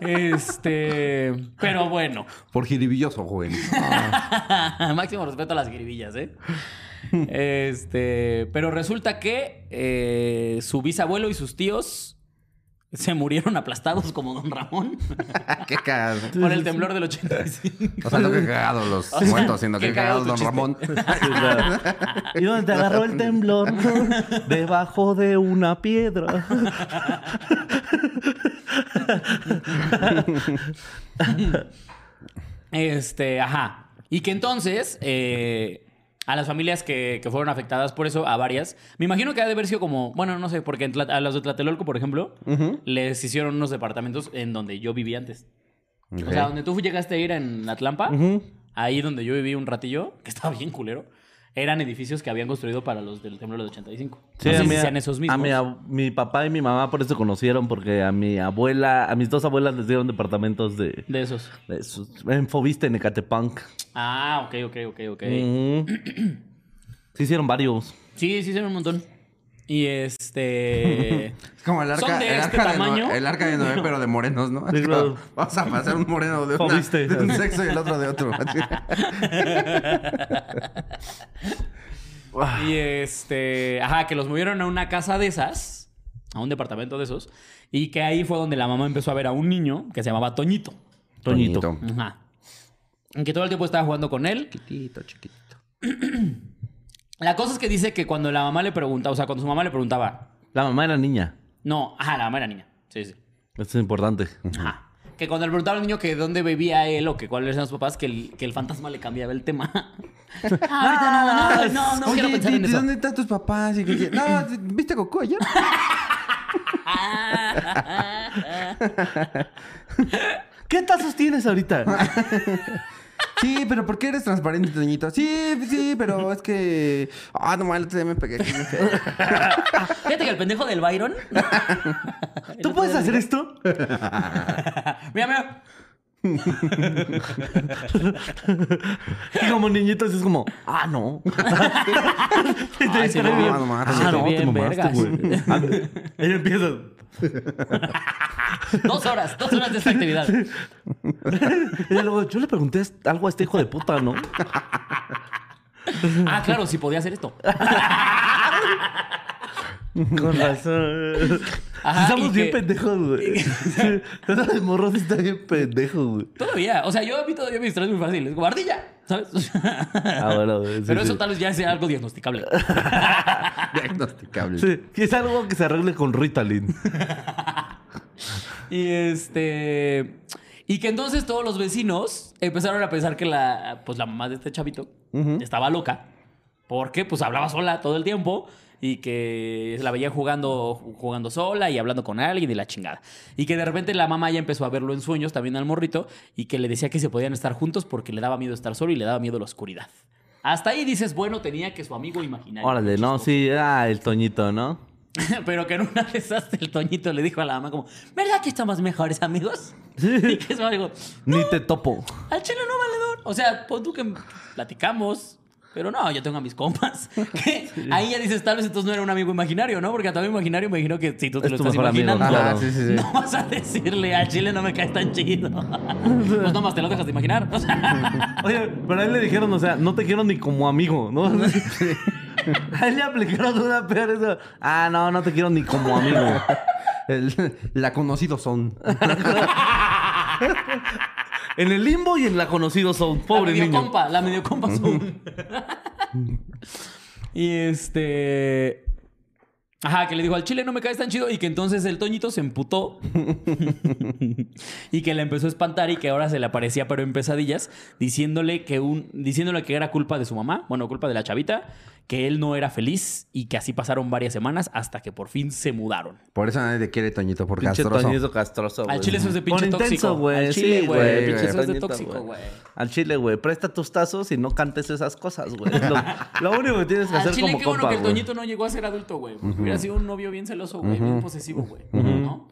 Speaker 3: Este, pero bueno.
Speaker 2: Por jiribilloso, joven.
Speaker 3: Máximo respeto a las gribillas, ¿eh? Este, pero resulta que eh, su bisabuelo y sus tíos se murieron aplastados como Don Ramón
Speaker 2: qué cagado.
Speaker 3: por el temblor del 85.
Speaker 2: O sea, no que cagado los muertos, sino
Speaker 3: qué
Speaker 2: que
Speaker 3: cagado
Speaker 2: cagado
Speaker 3: tu
Speaker 2: Don
Speaker 3: chiste.
Speaker 2: Ramón.
Speaker 4: ¿Y dónde te agarró el temblor? Debajo de una piedra.
Speaker 3: Este, ajá. Y que entonces, eh, a las familias que, que fueron afectadas por eso, a varias, me imagino que ha de haber sido como, bueno, no sé, porque en Tla- a los de Tlatelolco, por ejemplo, les hicieron unos departamentos en donde yo vivía antes. O sea, donde tú llegaste a ir en Atlampa, ahí donde yo viví un ratillo, que estaba bien culero, eran edificios que habían construido para los del temblor del 85.
Speaker 4: Sí,
Speaker 3: no
Speaker 4: a
Speaker 3: sé
Speaker 4: mi-
Speaker 3: si sean esos mismos.
Speaker 4: A mi, ab- mi papá y mi mamá por eso conocieron, porque a mi abuela, a mis dos abuelas les dieron departamentos de,
Speaker 3: de esos.
Speaker 4: de sus- en Fobiste, en Ecatepunk.
Speaker 3: Ah, ok, ok, ok, ok.
Speaker 4: Ujú. Se hicieron varios.
Speaker 3: Sí, sí, se un montón. Y este.
Speaker 2: Es como el
Speaker 3: Son
Speaker 2: arca,
Speaker 3: de
Speaker 2: el,
Speaker 3: este
Speaker 2: arca de
Speaker 3: tamaño.
Speaker 2: Noé, el arca de Noé, pero de morenos, ¿no?
Speaker 4: Sí,
Speaker 2: Así
Speaker 4: claro.
Speaker 2: como, Vamos a pasar un moreno de, una-
Speaker 4: Jodiste.
Speaker 2: de un sexo y el otro de otro. Así.
Speaker 3: Y este, ajá, que los movieron a una casa de esas, a un departamento de esos, y que ahí fue donde la mamá empezó a ver a un niño que se llamaba Toñito.
Speaker 4: Toñito.
Speaker 3: Ajá. Y que todo el tiempo estaba jugando con él.
Speaker 2: Chiquitito, chiquitito.
Speaker 3: La cosa es que dice que cuando la mamá le preguntaba, o sea, cuando su mamá le preguntaba,
Speaker 4: La mamá era niña.
Speaker 3: no, ajá, la mamá era niña. Sí, sí.
Speaker 4: Esto es importante.
Speaker 3: Ajá. Que cuando le preguntaba al niño que dónde bebía él o que cuáles eran sus papás, que el, que el fantasma le cambiaba el tema. Ah, ahorita no, no, no, no, quiero
Speaker 2: Oye,
Speaker 3: pensar
Speaker 2: ¿y-
Speaker 3: en
Speaker 2: y
Speaker 3: eso.
Speaker 2: ¿dónde están tus papás? Y que- que- no, ¿viste a Goku ayer?
Speaker 3: Ah.
Speaker 4: ¿Qué tazos tienes ahorita?
Speaker 2: Sí, pero ¿por qué eres transparente, Toñito? Sí, sí, pero es que... Ah, no, mal, el otro día me pegué. aquí, no sé.
Speaker 3: Fíjate que el pendejo del Byron.
Speaker 4: ¿Tú puedes hacer esto?
Speaker 3: Mira, mira.
Speaker 4: Y como niñitos es como, ah, no. Y te
Speaker 3: Ay, sí,
Speaker 4: distrae
Speaker 2: no,
Speaker 4: bien.
Speaker 2: no, no,
Speaker 4: Ah,
Speaker 2: no,
Speaker 4: no,
Speaker 3: no,
Speaker 4: te
Speaker 3: bien,
Speaker 4: mamaste,
Speaker 3: vergas.
Speaker 4: güey. Ah, Y empiezas.
Speaker 3: Dos horas, dos horas de esta actividad.
Speaker 4: Y luego, yo le pregunté algo a este hijo de puta, ¿no?
Speaker 3: Ah, claro, sí podía hacer esto.
Speaker 4: Con razón.
Speaker 3: Ajá, y
Speaker 4: Estamos bien
Speaker 3: que-
Speaker 4: pendejos, güey. Sí, Eso de morros está bien pendejo, güey.
Speaker 3: Todavía. O sea, yo a mí todavía me distraes muy fácil. Es como ardilla, ¿sabes? O sea,
Speaker 4: Ah, bueno, güey, sí,
Speaker 3: Pero
Speaker 4: sí.
Speaker 3: eso tal vez ya sea algo diagnosticable.
Speaker 2: Diagnosticable.
Speaker 4: Sí, que es algo que se arregle con Ritalin.
Speaker 3: Y este. Y que entonces todos los vecinos empezaron a pensar que la, pues, la mamá de este chavito estaba loca. Porque pues hablaba sola todo el tiempo. Y que se la veía jugando, jugando sola y hablando con alguien y la chingada. Y que de repente la mamá ya empezó a verlo en sueños también al morrito. Y que le decía que se podían estar juntos porque le daba miedo estar solo y le daba miedo la oscuridad. Hasta ahí dices, bueno, tenía que su amigo imaginario.
Speaker 4: Órale, no,
Speaker 3: Chistoso.
Speaker 4: sí, ah, el Toñito, ¿no?
Speaker 3: Pero que en una de esas el Toñito le dijo a la mamá como, ¿verdad que estamos mejores amigos? Y que eso dijo,
Speaker 4: Ni te topo.
Speaker 3: al chile no valedor. O sea, pon tú que platicamos, pero no, yo tengo a mis compas. Que Ahí ya dices, tal vez entonces no era un amigo imaginario, ¿no? Porque a tu amigo imaginario me imagino que si tú te
Speaker 4: Es
Speaker 3: lo
Speaker 4: tu
Speaker 3: estás
Speaker 4: mejor amigo,
Speaker 3: imaginando,
Speaker 2: Ajá,
Speaker 4: Claro.
Speaker 2: sí, sí, sí.
Speaker 3: no vas a decirle, al chile no me caes tan chido. pues nomás te lo dejas de imaginar. O sea,
Speaker 4: Oye, pero a él le dijeron, o sea, no te quiero ni como amigo, ¿no? A él le aplicaron una peor eso. Ah, no, no te quiero ni como amigo.
Speaker 2: El- la conocido son.
Speaker 4: En el limbo y en la conocido son.
Speaker 3: la
Speaker 4: Pobre
Speaker 3: medio
Speaker 4: niño.
Speaker 3: compa, la medio compa Zoom. y este. Ajá, que le dijo al chile no me caes tan chido y que entonces el Toñito se emputó y que le empezó a espantar y que ahora se le aparecía pero en pesadillas diciéndole que un diciéndole que era culpa de su mamá, bueno, culpa de la chavita, que él no era feliz y que así pasaron varias semanas hasta que por fin se mudaron.
Speaker 2: Por eso nadie te quiere, Toñito, por
Speaker 4: Pinche
Speaker 2: castroso.
Speaker 4: Toñito castroso, güey.
Speaker 3: Al chile eso es de pinche
Speaker 4: Por intenso,
Speaker 3: tóxico.
Speaker 4: güey.
Speaker 3: Al chile,
Speaker 4: sí,
Speaker 3: güey,
Speaker 4: güey.
Speaker 3: pinche eso es de
Speaker 4: Toñito,
Speaker 3: tóxico, güey.
Speaker 4: Al chile, güey. Presta tus tazos y no cantes esas cosas, güey. Es Lo, lo único que tienes que
Speaker 3: Al
Speaker 4: hacer
Speaker 3: chile,
Speaker 4: como
Speaker 3: qué
Speaker 4: compa,
Speaker 3: bueno que el
Speaker 4: güey.
Speaker 3: Toñito no llegó a ser adulto, güey. porque Hubiera sido un novio bien celoso, güey, bien posesivo, güey. ¿No?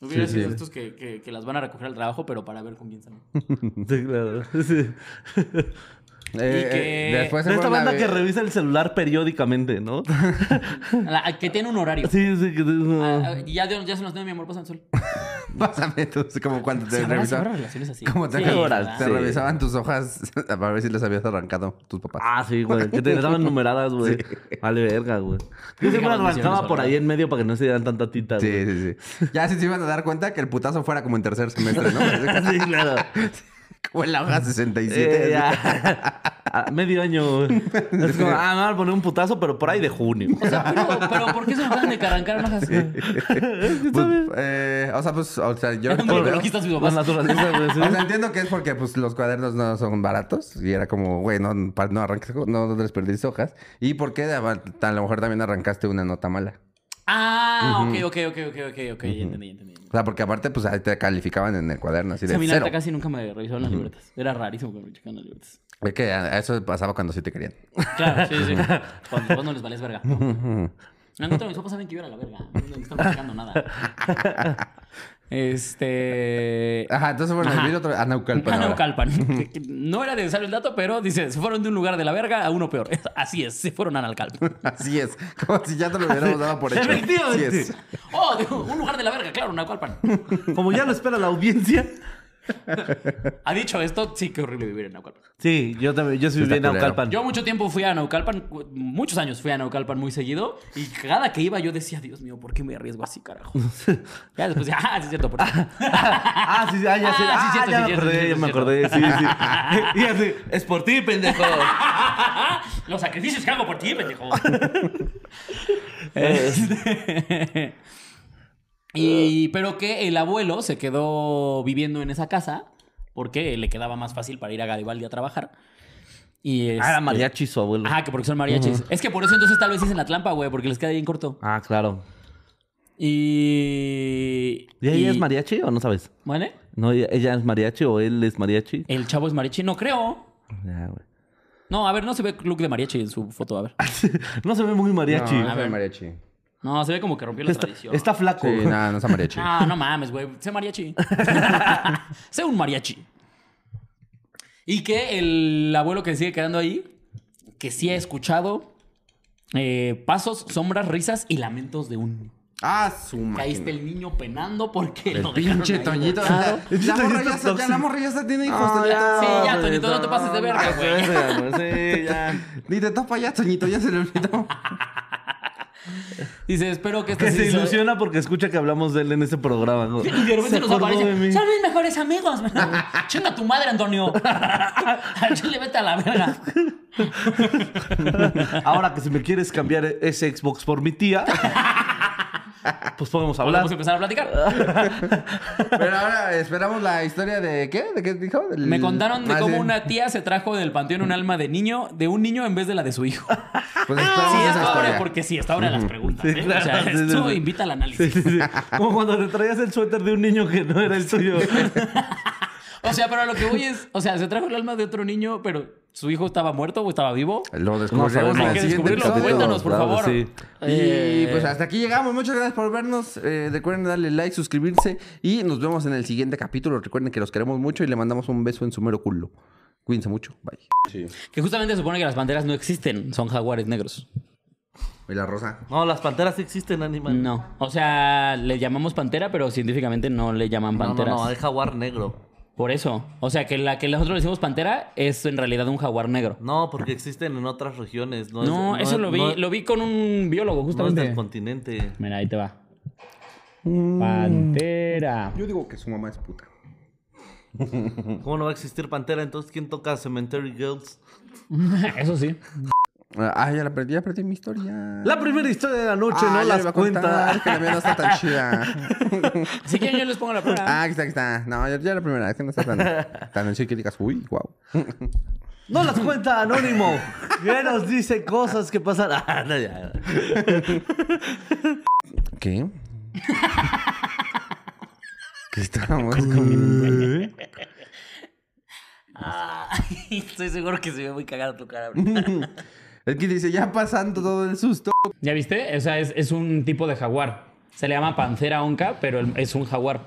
Speaker 3: Hubiera sido estos que, que- que las van a recoger al trabajo, pero para ver con quién salen.
Speaker 4: Sí, claro. Sí.
Speaker 2: Eh,
Speaker 3: Y que-
Speaker 2: eh, después se
Speaker 4: De esta
Speaker 2: fueron a
Speaker 4: banda
Speaker 2: ver-
Speaker 4: que revisa el celular periódicamente, ¿no?
Speaker 3: La- que tiene un horario.
Speaker 4: sí, sí. que-
Speaker 3: Ah, y ya, de- ya se nos dio mi amor, pasa el sol.
Speaker 2: Pásame tus, como cuando te
Speaker 3: Sabrá-
Speaker 2: revisaban.
Speaker 3: sabrá relaciones así.
Speaker 2: Como te,
Speaker 3: Sí,
Speaker 2: te
Speaker 3: ¿verdad?
Speaker 4: sí.
Speaker 2: revisaban tus hojas para ver si las habías arrancado tus papás.
Speaker 4: Ah, sí, güey. Que te daban numeradas, güey. Vale, verga, güey. Yo siempre
Speaker 3: Dejamos
Speaker 4: arrancaba
Speaker 3: misiones,
Speaker 4: por
Speaker 3: ¿verdad?
Speaker 4: ahí en medio para que no se dieran tanta tinta,
Speaker 2: sí,
Speaker 4: güey.
Speaker 2: sí, sí. Ya se se iban a dar cuenta que el putazo fuera como en tercer semestre, ¿no?
Speaker 4: Sí, claro.
Speaker 2: como en la hoja
Speaker 4: Eh,
Speaker 2: 67.
Speaker 4: ya. A medio año. güey. Es como, ah, me van a poner un putazo, pero por ahí de junio.
Speaker 3: O sea, pero, pero ¿por qué se nos de que arrancaron hojas?
Speaker 2: Pues, eh, o sea, pues, o sea, yo...
Speaker 3: Eran biologistas mis
Speaker 4: La
Speaker 3: papás.
Speaker 4: naturaleza, güey. sí.
Speaker 2: O sea, entiendo que es porque pues, los cuadernos no son baratos y era como, güey, no, pa- no arranques, no, no desperdicies hojas. Y porque a a lo mejor también arrancaste una nota mala.
Speaker 3: Ah, ok, ok, ok, ok, ok, ok. Ya entendí, ya entendí.
Speaker 2: O sea, porque aparte, pues ahí te calificaban en el cuaderno así
Speaker 3: O sea,
Speaker 2: de
Speaker 3: mi
Speaker 2: cero.
Speaker 3: neta casi nunca me revisaron las libretas. Era rarísimo que me checaban las libretas.
Speaker 2: Es que a- a eso pasaba cuando sí te querían.
Speaker 3: Claro, sí, sí. Cuando vos no les valés verga. La neta, mis papás saben que yo era la verga. No me están checando nada. Este.
Speaker 2: Ajá, entonces bueno,
Speaker 3: Ajá.
Speaker 2: el otro a Ah, Naucalpan.
Speaker 3: Ah,
Speaker 2: ahora.
Speaker 3: no, Calpan. Que- que No era necesario el dato, pero dice, se fueron de un lugar de la verga a uno peor. Así es, se fueron a Nalcalpan.
Speaker 2: Así es, como si ya te lo hubiéramos dado por hecho.
Speaker 4: Efectivamente.
Speaker 2: Así es.
Speaker 3: Oh, dijo, un lugar de la verga, claro, Naucalpan.
Speaker 4: Como ya lo espera la audiencia.
Speaker 3: Ha dicho esto, sí, qué horrible vivir en Naucalpan.
Speaker 4: Sí, yo también. Yo soy
Speaker 2: Está
Speaker 4: bien
Speaker 2: culero.
Speaker 4: Naucalpan.
Speaker 3: Yo mucho tiempo fui a Naucalpan, cu- muchos años fui a Naucalpan muy seguido, y cada que iba yo decía, Dios mío, ¿por qué me arriesgo así, carajo? ya después, decía, ah, sí es cierto, por cierto".
Speaker 4: Ah, sí, sí, ah, ya sé.
Speaker 3: Ah, sí,
Speaker 4: Ah,
Speaker 3: cierto, sí,
Speaker 4: ya me
Speaker 3: cierto,
Speaker 4: acordé,
Speaker 3: sí,
Speaker 4: ya me
Speaker 3: cierto,
Speaker 4: acordé. Sí, sí. Y así, es por ti, pendejo.
Speaker 3: Los sacrificios que hago por ti, pendejo. Este, y, pero que el abuelo se quedó viviendo en esa casa porque le quedaba más fácil para ir a Garibaldi a trabajar. Y
Speaker 4: Ah, era
Speaker 3: este,
Speaker 4: mariachi su abuelo.
Speaker 3: Ajá, que porque son mariachis. Es que por eso entonces tal vez dicen la trampa, güey, porque les queda bien corto.
Speaker 4: Ah, claro.
Speaker 3: Y.
Speaker 4: ¿Y ella es mariachi o no sabes?
Speaker 3: ¿Vale?
Speaker 4: No, ella, ella es mariachi o él es mariachi.
Speaker 3: ¿El chavo es mariachi? No creo.
Speaker 4: Ya, güey.
Speaker 3: No, a ver, no se ve look de mariachi en su foto, a ver.
Speaker 4: No se ve muy mariachi.
Speaker 2: No, no
Speaker 3: ver.
Speaker 2: es mariachi.
Speaker 3: No, se ve como que rompió la
Speaker 4: está,
Speaker 3: tradición.
Speaker 4: está flaco.
Speaker 2: Sí, no, no es mariachi.
Speaker 3: Ah, no mames, güey. Sé mariachi. sé un mariachi. Y que el abuelo que sigue quedando ahí, que sí ha escuchado eh, pasos, sombras, risas y lamentos de un.
Speaker 2: Ah, su
Speaker 3: Ahí
Speaker 2: máquina.
Speaker 3: está el niño penando porque
Speaker 2: El
Speaker 3: lo dejaron
Speaker 2: pinche
Speaker 3: ahí
Speaker 2: Toñito.
Speaker 3: botado.
Speaker 2: ya- La morra ya, se- ya, la morra Ah, ya se tiene hijos, Toñito.
Speaker 3: Sí, ya, Toñito, no te pases de verga, güey.
Speaker 4: güey. pues, Sí, ya.
Speaker 2: Ni te topa ya, Toñito, ya se le olvidó.
Speaker 3: Dice, espero que este
Speaker 4: Que se
Speaker 3: hizo-
Speaker 4: ilusiona porque escucha que hablamos de él en este programa. güey.
Speaker 3: Y de repente
Speaker 4: Se
Speaker 3: nos
Speaker 4: acordó
Speaker 3: aparece.
Speaker 4: de mí.
Speaker 3: Son mis mejores amigos. Chinga tu madre, Antonio. Al chile vete a la verga.
Speaker 4: Ahora que si me quieres cambiar ese Xbox por mi tía, pues podemos hablar.
Speaker 3: Vamos a empezar a platicar.
Speaker 2: Pero ahora esperamos la historia de qué? ¿De qué dijo? Del-
Speaker 3: Me contaron de
Speaker 2: Ah,
Speaker 3: cómo
Speaker 2: sí.
Speaker 3: una tía se trajo del panteón un alma de niño, de un niño en vez de la de su hijo.
Speaker 4: Ah,
Speaker 2: Pues
Speaker 3: Sí,
Speaker 2: esperamos esa
Speaker 3: hasta ahora,
Speaker 2: historia.
Speaker 3: porque sí, hasta ahora las preguntas. ¿eh?
Speaker 4: Sí, claro,
Speaker 3: o sea,
Speaker 4: sí, sí,
Speaker 3: esto
Speaker 4: sí.
Speaker 3: invita al
Speaker 4: Sí,
Speaker 3: análisis.
Speaker 4: sí, sí. Como cuando te traías el suéter de un niño que no era el tuyo.
Speaker 3: O sea, pero a lo que voy es, o sea, se trajo el alma de otro niño, pero su hijo estaba muerto o estaba vivo.
Speaker 2: Lo
Speaker 4: No sabemos.
Speaker 2: descubriremos en
Speaker 3: Hay
Speaker 2: el
Speaker 3: que
Speaker 2: siguiente
Speaker 3: descubrirlo.
Speaker 2: episodio.
Speaker 3: Cuéntanos, por
Speaker 4: claro,
Speaker 3: favor.
Speaker 4: sí.
Speaker 2: Y
Speaker 3: Eh,
Speaker 2: pues hasta aquí llegamos. Muchas gracias por vernos. Eh, recuerden darle like, suscribirse y nos vemos en el siguiente capítulo. Recuerden que los queremos mucho y le mandamos un beso en su mero culo. Cuídense mucho. Bye.
Speaker 3: Que justamente supone que las banderas no existen, son jaguares negros.
Speaker 2: Y la rosa.
Speaker 4: No, las panteras sí existen, animal.
Speaker 3: No. O sea, le llamamos pantera, pero científicamente no le llaman
Speaker 4: no, no,
Speaker 3: panteras.
Speaker 4: no, hay jaguar negro.
Speaker 3: Por eso. O sea, que la que nosotros le decimos pantera es en realidad un jaguar negro.
Speaker 4: No, porque existen en otras regiones. No,
Speaker 3: No,
Speaker 4: es-
Speaker 3: eso
Speaker 4: es-
Speaker 3: lo vi,
Speaker 4: no-
Speaker 3: lo vi con un biólogo
Speaker 4: no es
Speaker 3: justamente.
Speaker 4: del continente.
Speaker 3: Mira, ahí te va. Mm. Pantera.
Speaker 2: Yo digo que su mamá es puta.
Speaker 3: Mm.
Speaker 4: ¿Cómo no va a existir pantera? Entonces, ¿quién toca Cemetery Girls?
Speaker 3: Eso sí.
Speaker 2: Ah, ya la perdí, ya perdí mi historia. Ah,
Speaker 4: La primera historia de la
Speaker 3: Ah,
Speaker 4: noche no
Speaker 2: ya le
Speaker 4: las
Speaker 2: iba a
Speaker 4: cuenta.
Speaker 2: contar, Que la mía no está tan chida.
Speaker 3: Si quieren, yo les pongo la prueba.
Speaker 2: ah, aquí está, aquí está. No, ya, ya la primera, es que no está tan, tan chida que digas, uy, wow.
Speaker 4: No las cuenta Anónimo. Ya nos dice cosas que pasan. Ah, no, ya.
Speaker 2: ¿Qué? ¿Qué estábamos comiendo?
Speaker 3: Ay, Estoy seguro que se ve muy cagada tu cara.
Speaker 2: Es que dice, ya pasando todo el susto.
Speaker 3: ¿Ya viste? O sea, es, es un tipo de jaguar. Se le llama pancera onca, pero el- es un jaguar.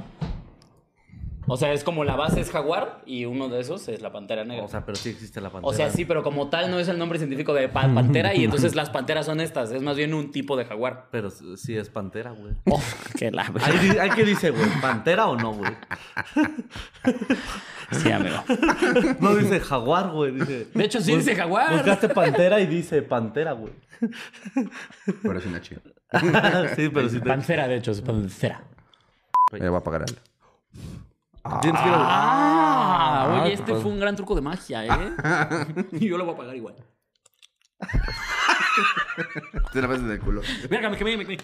Speaker 3: O sea, es como la base es jaguar y uno de esos es la pantera negra.
Speaker 4: O sea, pero sí existe la pantera.
Speaker 3: O sea, sí, pero como tal no es el nombre científico de pa- pantera y entonces las panteras son estas. Es más bien un tipo de jaguar.
Speaker 4: Pero sí es pantera, güey.
Speaker 3: Oh, qué la...
Speaker 4: Ahí, di- ahí que dice, güey, ¿pantera o no, güey?
Speaker 3: Sí, amigo.
Speaker 4: No dice jaguar, güey. Dice,
Speaker 3: De hecho, sí dice jaguar.
Speaker 4: Buscaste pantera y dice pantera, güey.
Speaker 2: Pero es una chida.
Speaker 4: sí, pero sí te...
Speaker 3: Pancera, de hecho, es pancera.
Speaker 2: Le voy a pagar algo.
Speaker 4: Tienes que ir a-
Speaker 3: Ah, oye, este fue un gran truco de magia, ¿eh? Y yo lo voy a pagar igual.
Speaker 2: Te la pasas en el culo.
Speaker 3: Mira, que me quemé, me quemé.